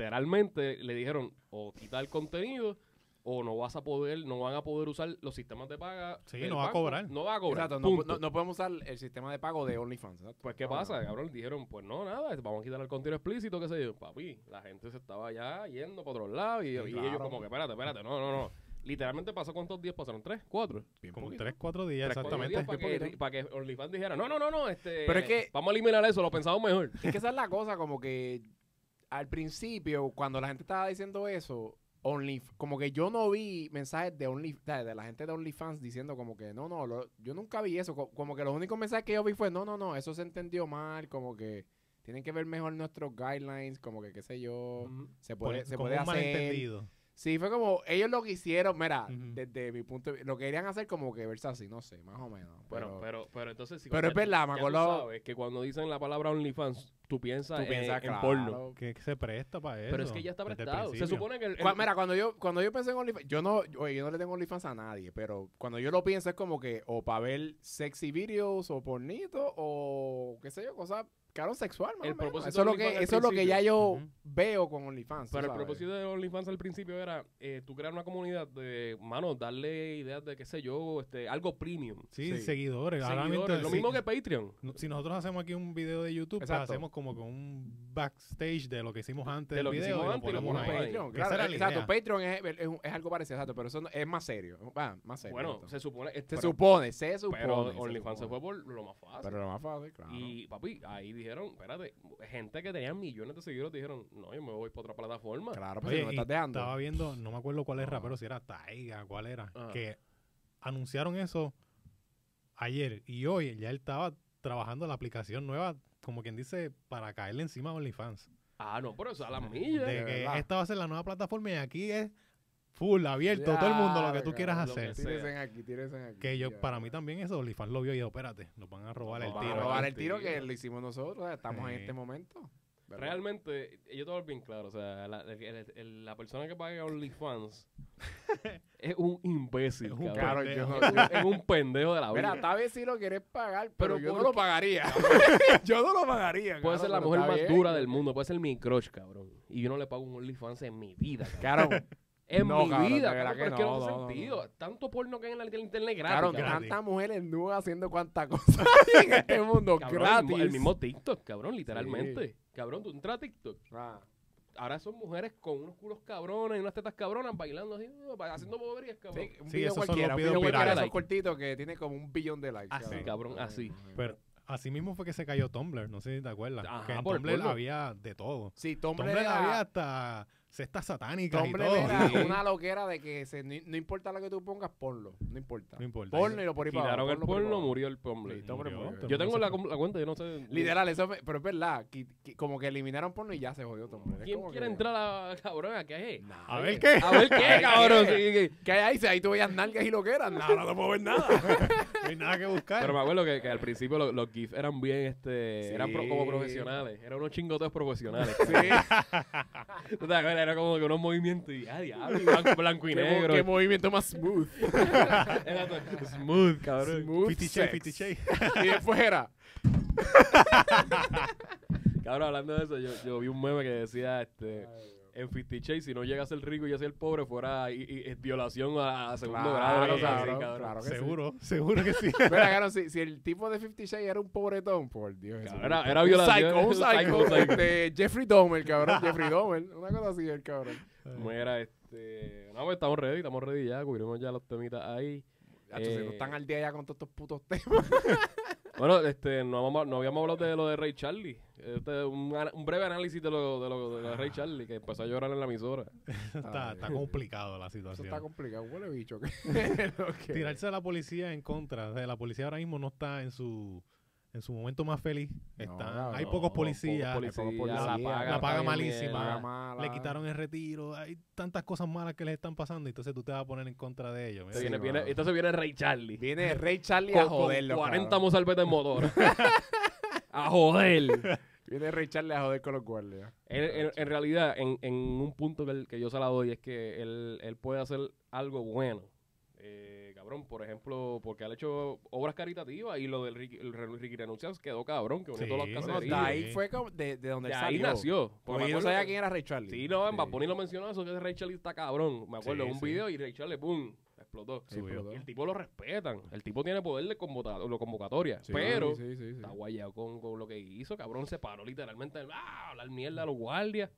[SPEAKER 1] Literalmente le dijeron o quitar el contenido o no vas a poder, no van a poder usar los sistemas de paga.
[SPEAKER 2] Sí,
[SPEAKER 1] del
[SPEAKER 2] no va a
[SPEAKER 1] banco.
[SPEAKER 2] cobrar.
[SPEAKER 1] No va a cobrar.
[SPEAKER 3] Exacto, no,
[SPEAKER 1] punto.
[SPEAKER 3] no- no podemos usar el sistema de pago de OnlyFans. exacto.
[SPEAKER 1] Pues, ¿qué
[SPEAKER 3] No,
[SPEAKER 1] pasa,
[SPEAKER 3] no.
[SPEAKER 1] cabrón? Dijeron, pues no, nada, vamos a quitar el contenido explícito, qué sé yo. Papi, la gente se estaba ya yendo para otros lados y,
[SPEAKER 2] Sí,
[SPEAKER 1] y
[SPEAKER 2] claro.
[SPEAKER 1] ellos como que, espérate, espérate, no, no, no. Literalmente pasó cuántos días pasaron, tres, cuatro.
[SPEAKER 3] Bien
[SPEAKER 2] Como
[SPEAKER 3] poquito.
[SPEAKER 2] tres, cuatro días,
[SPEAKER 1] Tres, cuatro
[SPEAKER 2] exactamente.
[SPEAKER 1] días pues, Para
[SPEAKER 3] Bien
[SPEAKER 1] que,
[SPEAKER 3] poquito.
[SPEAKER 1] para que OnlyFans dijera, no, no, no, no, este,
[SPEAKER 3] Pero es que-
[SPEAKER 1] vamos a eliminar eso, lo pensamos mejor.
[SPEAKER 3] Es que esa es la cosa, como que al principio, cuando la gente estaba diciendo eso, Only, como que yo no vi mensajes de Only, o sea, de la gente de OnlyFans diciendo como que no, no, lo- yo nunca vi eso. Co- Como que los únicos mensajes que yo vi fue no, no, no, eso se entendió mal, como que tienen que ver mejor nuestros guidelines, como que qué sé yo,
[SPEAKER 1] Ujú.
[SPEAKER 3] se
[SPEAKER 2] Mm. Por-
[SPEAKER 3] puede, se
[SPEAKER 2] como
[SPEAKER 3] puede
[SPEAKER 2] un
[SPEAKER 3] hacer.
[SPEAKER 2] malentendido.
[SPEAKER 3] Sí, fue como ellos lo que hicieron, mira,
[SPEAKER 2] Ujú.
[SPEAKER 3] desde mi punto de vista, lo que querían hacer como que verse así, no sé, más o menos.
[SPEAKER 1] Bueno,
[SPEAKER 3] pero-
[SPEAKER 1] pero, pero entonces... Si
[SPEAKER 3] pero es verdad, me
[SPEAKER 1] ya tú
[SPEAKER 3] acuerdo-
[SPEAKER 1] sabes que cuando dicen la palabra OnlyFans, tú piensas,
[SPEAKER 3] tú
[SPEAKER 1] en,
[SPEAKER 3] piensas,
[SPEAKER 1] eh, en
[SPEAKER 3] claro,
[SPEAKER 1] porno.
[SPEAKER 2] Que que se presta para eso.
[SPEAKER 1] Pero es que ya está
[SPEAKER 2] desde el
[SPEAKER 1] prestado. Se
[SPEAKER 2] principio.
[SPEAKER 1] supone que... el- el-
[SPEAKER 3] Cua- mira, cuando yo, cuando yo pensé en OnlyFans, yo no, oye, yo no le tengo OnlyFans a nadie, pero cuando yo lo pienso es como que o para ver sexy videos o pornito o qué sé yo, cosas, claro, sexual, más
[SPEAKER 1] El
[SPEAKER 3] o menos.
[SPEAKER 1] propósito
[SPEAKER 3] Eso es
[SPEAKER 1] de
[SPEAKER 3] lo que,
[SPEAKER 1] OnlyFans al
[SPEAKER 3] eso es lo que
[SPEAKER 1] principio.
[SPEAKER 3] ya yo
[SPEAKER 2] Ujú.
[SPEAKER 3] veo con OnlyFans. tú
[SPEAKER 1] Pero el
[SPEAKER 3] sabes.
[SPEAKER 1] propósito de OnlyFans al principio era eh, tú crear una comunidad de, mano, darle ideas de, qué sé yo, este, algo premium.
[SPEAKER 2] Sí,
[SPEAKER 3] Sí.
[SPEAKER 2] seguidores. ahora
[SPEAKER 1] Seguidores,
[SPEAKER 2] mismo-
[SPEAKER 1] lo
[SPEAKER 2] sí,
[SPEAKER 1] mismo que Patreon.
[SPEAKER 2] no- Si nosotros hacemos aquí un video de YouTube, pues
[SPEAKER 3] Exacto.
[SPEAKER 2] hacemos como con un backstage de lo que hicimos antes
[SPEAKER 1] De
[SPEAKER 2] del
[SPEAKER 1] lo que
[SPEAKER 2] video.
[SPEAKER 1] hicimos
[SPEAKER 2] y lo
[SPEAKER 1] antes y lo
[SPEAKER 2] ponemos
[SPEAKER 1] ponemos
[SPEAKER 2] pues, ahí.
[SPEAKER 1] ahí.
[SPEAKER 3] Patreon,
[SPEAKER 2] Que esa
[SPEAKER 3] claro,
[SPEAKER 2] era la
[SPEAKER 3] exacto,
[SPEAKER 2] idea.
[SPEAKER 3] Patreon es, es un- es algo parecido, exacto, pero eso no- es más serio, va, más serio.
[SPEAKER 1] Bueno,
[SPEAKER 3] exacto.
[SPEAKER 1] se supone...
[SPEAKER 3] se
[SPEAKER 1] Este
[SPEAKER 3] supone, se supone.
[SPEAKER 1] Pero
[SPEAKER 3] se
[SPEAKER 1] OnlyFans se fue
[SPEAKER 3] supone.
[SPEAKER 1] por lo más fácil.
[SPEAKER 3] Pero lo más fácil, claro.
[SPEAKER 1] Y, papi, ahí dijeron, espérate, gente que tenía millones de seguidores dijeron, no, yo me voy para otra plataforma.
[SPEAKER 3] claro, pero
[SPEAKER 2] Oye,
[SPEAKER 3] si no
[SPEAKER 2] y
[SPEAKER 3] estás dejando.
[SPEAKER 2] Estaba viendo, no me acuerdo cuál es
[SPEAKER 1] Ah.
[SPEAKER 3] Ajá.
[SPEAKER 2] rapero, si era Taiga, cuál era,
[SPEAKER 1] Ajá.
[SPEAKER 2] que anunciaron eso ayer y hoy ya él estaba trabajando la aplicación nueva, como quien dice, para caerle encima a OnlyFans.
[SPEAKER 1] Ah, no, pero eso a las
[SPEAKER 2] De
[SPEAKER 1] millas.
[SPEAKER 3] de
[SPEAKER 2] que
[SPEAKER 3] verdad.
[SPEAKER 2] esta va a ser la nueva plataforma y aquí es full, abierto, todo el mundo, lo que tú
[SPEAKER 3] Ya,
[SPEAKER 2] quieras
[SPEAKER 1] lo que
[SPEAKER 2] hacer.
[SPEAKER 1] sea.
[SPEAKER 3] Tírense aquí, tírense aquí.
[SPEAKER 2] Que yo,
[SPEAKER 3] ya.
[SPEAKER 2] para mí también eso, OnlyFans lo vio y dijo, espérate, nos van a robar
[SPEAKER 1] Nos
[SPEAKER 2] el
[SPEAKER 1] van a
[SPEAKER 2] tiro.
[SPEAKER 3] Para
[SPEAKER 1] Claro,
[SPEAKER 3] robar
[SPEAKER 1] aquí.
[SPEAKER 3] el tiro que lo hicimos nosotros, o sea, estamos en
[SPEAKER 2] Sí.
[SPEAKER 3] este momento. ¿verdad?
[SPEAKER 1] Realmente, yo te voy bien claro, o sea, la, el- el- el- la persona que paga OnlyFans es un imbécil,
[SPEAKER 2] Es un
[SPEAKER 1] cabrón.
[SPEAKER 3] Claro, yo no. yo-
[SPEAKER 1] es un pendejo de la vida.
[SPEAKER 3] Mira, tal vez si lo quieres pagar, pero,
[SPEAKER 1] Pero
[SPEAKER 3] yo no
[SPEAKER 1] ¿por
[SPEAKER 3] lo
[SPEAKER 1] qué?
[SPEAKER 3] pagaría. yo no lo pagaría.
[SPEAKER 1] Puede
[SPEAKER 3] cabrón,
[SPEAKER 1] ser la
[SPEAKER 3] pero
[SPEAKER 1] mujer
[SPEAKER 3] está
[SPEAKER 1] más
[SPEAKER 3] bien.
[SPEAKER 1] dura del mundo, puede ser mi crush, cabrón. Y yo no le pago un OnlyFans en mi vida. cabrón.
[SPEAKER 3] Cabrón,
[SPEAKER 1] En
[SPEAKER 3] No,
[SPEAKER 1] mi
[SPEAKER 3] cabrón, de
[SPEAKER 1] vida,
[SPEAKER 3] verdad
[SPEAKER 1] cabrón, pero
[SPEAKER 3] que
[SPEAKER 1] es que no,
[SPEAKER 3] no,
[SPEAKER 1] hace
[SPEAKER 3] no, no,
[SPEAKER 1] sentido. Tanto porno que hay en el internet gratis.
[SPEAKER 3] cabrón,
[SPEAKER 1] cabrón.
[SPEAKER 2] gratis.
[SPEAKER 3] tantas mujeres nudas haciendo cuántas cosas en este mundo
[SPEAKER 1] Cabrón, el
[SPEAKER 3] gratis.
[SPEAKER 1] mismo- El mismo TikTok, cabrón, literalmente. Cabrón, tú entras a TikTok.
[SPEAKER 3] Ah,
[SPEAKER 1] Ahora son mujeres con unos culos cabrones y unas tetas cabronas bailando así, uh, haciendo boberías, cabrón.
[SPEAKER 3] sí, un
[SPEAKER 2] Sí,
[SPEAKER 3] video
[SPEAKER 2] esos son los
[SPEAKER 3] cualquiera, un
[SPEAKER 2] videos
[SPEAKER 3] video cualquiera de
[SPEAKER 1] virales.
[SPEAKER 3] esos cortitos que tiene como un billón de likes.
[SPEAKER 1] Así, cabrón, así.
[SPEAKER 2] Pero así mismo fue que se cayó Tumblr, no sé si te acuerdas.
[SPEAKER 1] Ajá,
[SPEAKER 2] que en
[SPEAKER 1] por el
[SPEAKER 2] Tumblr
[SPEAKER 1] polvo.
[SPEAKER 2] había de todo.
[SPEAKER 3] Sí, Tumblr
[SPEAKER 2] Tumblr
[SPEAKER 3] era-
[SPEAKER 2] había hasta cestas satánicas y
[SPEAKER 3] Tumblr
[SPEAKER 2] todo.
[SPEAKER 1] Sí.
[SPEAKER 3] era una loquera de que se- no, no importa lo que tú pongas, ponlo. No importa.
[SPEAKER 2] No importa.
[SPEAKER 3] Ponlo y lo por ahí para
[SPEAKER 1] Quitaron
[SPEAKER 3] abajo,
[SPEAKER 1] el
[SPEAKER 3] por ahí para
[SPEAKER 1] porno,
[SPEAKER 3] abajo.
[SPEAKER 1] murió el porno.
[SPEAKER 3] Sí, Tumblr
[SPEAKER 2] Murió,
[SPEAKER 3] murió.
[SPEAKER 2] todo el
[SPEAKER 1] Yo
[SPEAKER 2] mundo
[SPEAKER 1] tengo
[SPEAKER 2] se
[SPEAKER 1] la,
[SPEAKER 2] fue.
[SPEAKER 1] com- la cuenta, yo pues, no sé.
[SPEAKER 3] Literal, eso me- pero es verdad. qui- qui- como que eliminaron porno y ya se jodió Tumblr. Es
[SPEAKER 1] ¿Quién
[SPEAKER 3] como
[SPEAKER 1] quiere
[SPEAKER 3] que-
[SPEAKER 1] entrar a cabrón a qué?
[SPEAKER 3] Nah,
[SPEAKER 2] A
[SPEAKER 3] oye,
[SPEAKER 2] ver qué.
[SPEAKER 1] A ver qué, cabrón. Sí, sí.
[SPEAKER 3] ¿Qué hay ahí? Si ahí tú veías nalgas y loqueras. Nada, no te puedo ver nada.
[SPEAKER 2] No hay nada que buscar.
[SPEAKER 1] Pero me acuerdo que, que al principio lo- los, GIFs eran bien, este,
[SPEAKER 3] Sí.
[SPEAKER 1] eran pro- como profesionales, eran unos chingotes profesionales.
[SPEAKER 3] Sí.
[SPEAKER 1] ¿Tú te acuerdas? Era como que unos movimientos y, ah, diablo, y blanco, blanco y
[SPEAKER 3] Qué, mo-
[SPEAKER 1] negro.
[SPEAKER 3] qué movimiento más smooth.
[SPEAKER 1] Era todo smooth, cabrón.
[SPEAKER 3] smooth
[SPEAKER 2] Fifty
[SPEAKER 3] sex.
[SPEAKER 2] Shades, Fifty Shades.
[SPEAKER 3] Y después era.
[SPEAKER 1] Cabrón, hablando de eso, yo, yo vi un meme que decía, este, en 50 Chase, si no llega a ser rico y a ser pobre, fuera y- y- es violación a, a segundo grado.
[SPEAKER 3] Claro,
[SPEAKER 1] una cosa así,
[SPEAKER 3] claro,
[SPEAKER 1] cabrón.
[SPEAKER 3] claro que sí.
[SPEAKER 2] seguro, seguro que sí.
[SPEAKER 3] Pero claro, si, si el tipo de 50 Shades era un pobretón, por Dios.
[SPEAKER 1] Cabrón,
[SPEAKER 3] Jesucristo.
[SPEAKER 1] era- era
[SPEAKER 3] Un
[SPEAKER 1] violación,
[SPEAKER 3] Psycho, un
[SPEAKER 1] un psycho,
[SPEAKER 3] psycho.
[SPEAKER 1] psycho.
[SPEAKER 3] De Jeffrey Dahmer, cabrón. Jeffrey Dahmer. Una cosa así, el cabrón.
[SPEAKER 1] Como era, este, Este, no, pues estamos ready, estamos ready ya, cubrimos ya los temitas ahí.
[SPEAKER 3] Hacho, si no
[SPEAKER 1] Eh,
[SPEAKER 3] están al día ya con todos estos putos temas.
[SPEAKER 1] Bueno, este, no, vamos a- no habíamos hablado de lo de Ray Charlie. Este, un, ana- un breve análisis de lo de, lo, de lo de
[SPEAKER 3] Ah.
[SPEAKER 1] Ray Charlie, que empezó a llorar en la emisora.
[SPEAKER 2] está,
[SPEAKER 3] Ay,
[SPEAKER 2] está complicado la
[SPEAKER 3] Eso
[SPEAKER 2] situación.
[SPEAKER 3] está complicado, huele bicho. que- lo que-
[SPEAKER 2] Tirarse a la policía en contra. o sea, la policía ahora mismo no está en su en su momento más feliz.
[SPEAKER 3] No,
[SPEAKER 2] Está,
[SPEAKER 3] cabrón,
[SPEAKER 2] hay
[SPEAKER 1] Pocos
[SPEAKER 2] pocos policías.
[SPEAKER 1] pocos
[SPEAKER 3] pocos
[SPEAKER 1] policías,
[SPEAKER 3] policías,
[SPEAKER 2] la paga
[SPEAKER 1] está bien
[SPEAKER 2] malísima.
[SPEAKER 1] mierda.
[SPEAKER 3] Paga
[SPEAKER 2] le
[SPEAKER 3] mala.
[SPEAKER 2] Le quitaron el retiro. Hay tantas cosas malas que les están pasando. y Entonces tú te vas a poner en contra de ellos. mira.
[SPEAKER 1] Entonces viene,
[SPEAKER 3] Sí,
[SPEAKER 1] viene-
[SPEAKER 3] mano.
[SPEAKER 1] entonces viene Ray Charlie.
[SPEAKER 3] Viene Rey Charlie
[SPEAKER 1] con,
[SPEAKER 3] a
[SPEAKER 1] con
[SPEAKER 3] joderlo.
[SPEAKER 1] 40
[SPEAKER 3] cabrón.
[SPEAKER 1] mozalbetes en motor. a joder.
[SPEAKER 3] Viene Rey Charlie a joder con los guardias.
[SPEAKER 1] Él, en, en realidad, en, en un punto que, él- que yo se la doy es que él, él puede hacer algo bueno. Eh, cabrón, por ejemplo, porque él ha hecho obras caritativas y lo del Ricky, el re- Ricky Renuncias quedó cabrón, que unió
[SPEAKER 2] Sí,
[SPEAKER 1] todas las
[SPEAKER 2] Bueno,
[SPEAKER 3] Bueno,
[SPEAKER 1] cacerías.
[SPEAKER 3] de ahí fue como- de, de donde
[SPEAKER 1] eh. De
[SPEAKER 3] él
[SPEAKER 1] ahí
[SPEAKER 3] salió.
[SPEAKER 1] nació. Pues
[SPEAKER 3] Porque
[SPEAKER 1] me
[SPEAKER 3] yo no
[SPEAKER 1] acuerdo
[SPEAKER 3] sabía
[SPEAKER 1] que-
[SPEAKER 3] quién era Ray Charlie.
[SPEAKER 1] Sí, no, en
[SPEAKER 3] Sí.
[SPEAKER 1] Bad Bunny lo mencionó eso, que Ray Charlie está cabrón. Me acuerdo,
[SPEAKER 2] Sí,
[SPEAKER 1] un
[SPEAKER 2] sí.
[SPEAKER 1] video y Ray Charlie, boom, explotó.
[SPEAKER 3] Sí,
[SPEAKER 2] Subió.
[SPEAKER 3] explotó.
[SPEAKER 1] Y el tipo lo respetan. El tipo tiene poder de convota- lo convocatoria.
[SPEAKER 3] Sí,
[SPEAKER 1] pero
[SPEAKER 3] sí, sí, sí.
[SPEAKER 1] está guayado con, con lo que hizo, cabrón. Se paró literalmente ah, a hablar mierda a los guardias.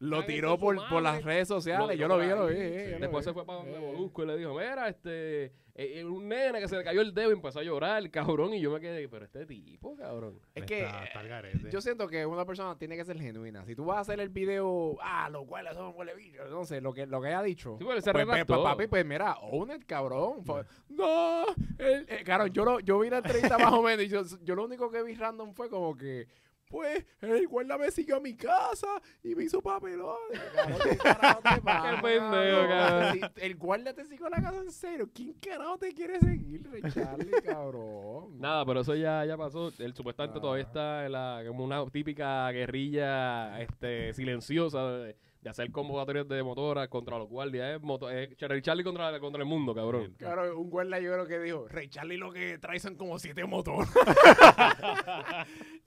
[SPEAKER 3] Lo
[SPEAKER 1] Hagan
[SPEAKER 3] tiró
[SPEAKER 1] eso,
[SPEAKER 3] por,
[SPEAKER 1] su
[SPEAKER 3] por las
[SPEAKER 1] madre.
[SPEAKER 3] redes sociales.
[SPEAKER 1] Lo
[SPEAKER 3] yo
[SPEAKER 1] tiró
[SPEAKER 3] lo
[SPEAKER 1] por
[SPEAKER 3] vi, yo lo
[SPEAKER 1] ahí.
[SPEAKER 3] vi. eh, yo lo
[SPEAKER 1] Después
[SPEAKER 3] vi.
[SPEAKER 1] se fue para donde
[SPEAKER 3] Eh.
[SPEAKER 1] Molusco y le dijo, mira, este, eh, eh, un nene que se le cayó el dedo y empezó a llorar, cabrón. Y yo me quedé, pero este tipo, cabrón.
[SPEAKER 3] Es que
[SPEAKER 2] Está- está al garete.
[SPEAKER 3] eh. yo siento que una persona tiene que ser genuina. Si tú vas a hacer el video, ah, los cuales son huele bicho, no sé, lo que, lo que haya dicho.
[SPEAKER 1] Sí, pero él se
[SPEAKER 3] Pues, pues,
[SPEAKER 1] redactó.
[SPEAKER 3] papi, pues mira, own it, cabrón. Fue- No, el- eh, claro, yo, lo- yo vi la entrevista más o menos y yo, yo lo único que vi random fue como que, pues, el guarda me siguió a mi casa y me hizo papelón. Cabrón, ¿qué carajo te pasa?
[SPEAKER 1] Qué pendejo, cabrón.
[SPEAKER 3] Si El guarda te siguió a la casa en serio. ¿Quién carajo te quiere seguir, Ray Charlie, cabrón?
[SPEAKER 1] Nada, pero eso ya, ya pasó. El supuestamente
[SPEAKER 3] Ah.
[SPEAKER 1] todavía está en la, como una típica guerrilla este, silenciosa de, de hacer convocatorias de motoras contra los guardias. Es, moto, es Charlie Charlie contra, contra el mundo, cabrón.
[SPEAKER 3] Claro, un guarda yo creo que dijo, Ray Charlie lo que trae son como siete motoras.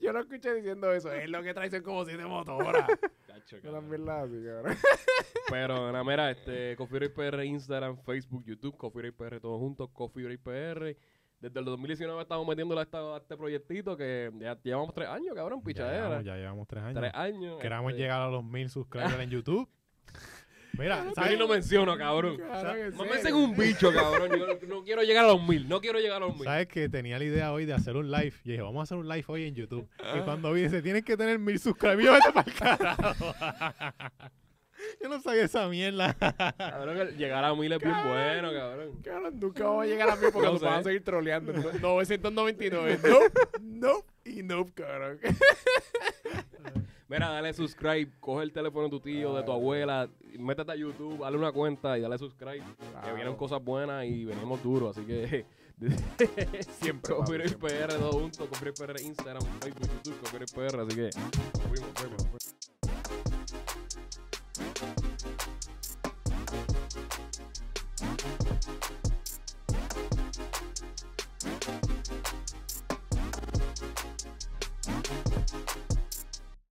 [SPEAKER 3] yo lo escuché diciendo eso, es lo que trae son como siete motoras.
[SPEAKER 1] Cacho,
[SPEAKER 3] Yo
[SPEAKER 1] cabrón.
[SPEAKER 3] también la así, cabrón.
[SPEAKER 1] Pero nada, mira, este, Coffee Break PR, Instagram, Facebook, YouTube, Coffee Break PR, todos juntos, Coffee Break PR. Desde el 2019 estamos metiéndole a, esta- a este proyectito que ya llevamos tres años, cabrón,
[SPEAKER 2] Ya
[SPEAKER 1] pichadera.
[SPEAKER 2] llevamos, ya llevamos tres años.
[SPEAKER 1] ¿eh? Tres años.
[SPEAKER 2] Queramos
[SPEAKER 1] este.
[SPEAKER 2] llegar a los mil subscribers en YouTube. Mira,
[SPEAKER 1] Yo ni
[SPEAKER 2] ¿sabes?
[SPEAKER 1] lo menciono, cabrón.
[SPEAKER 3] Cabrón, en
[SPEAKER 1] No me
[SPEAKER 3] serio.
[SPEAKER 1] hacen un bicho, cabrón. Yo no quiero llegar a los mil, no quiero llegar a los mil.
[SPEAKER 2] ¿Sabes que tenía la idea hoy de hacer un live? Y dije, vamos a hacer un live hoy en YouTube. Y cuando vi, dice, tienes que tener mil suscriptores para el carajo. Yo no sabía esa mierda.
[SPEAKER 1] Cabrón, el llegar a mil es bien bueno, cabrón.
[SPEAKER 3] Cabrón, nunca voy a llegar a mí porque
[SPEAKER 1] No
[SPEAKER 3] nos
[SPEAKER 1] sé.
[SPEAKER 3] van a seguir troleando. No- 999, nope, nope y nope, cabrón.
[SPEAKER 1] Mira, dale subscribe, coge el teléfono de tu tío, de tu
[SPEAKER 3] Ah.
[SPEAKER 1] abuela, y métete a YouTube, dale una cuenta y dale subscribe. Que vienen cosas buenas y venimos duro, así que siempre
[SPEAKER 3] papi,
[SPEAKER 1] Confirme
[SPEAKER 3] siempre.
[SPEAKER 1] PR todo junto, Confirme PR Instagram, Facebook, YouTube, Confirme PR, así que fuimos, fuimos.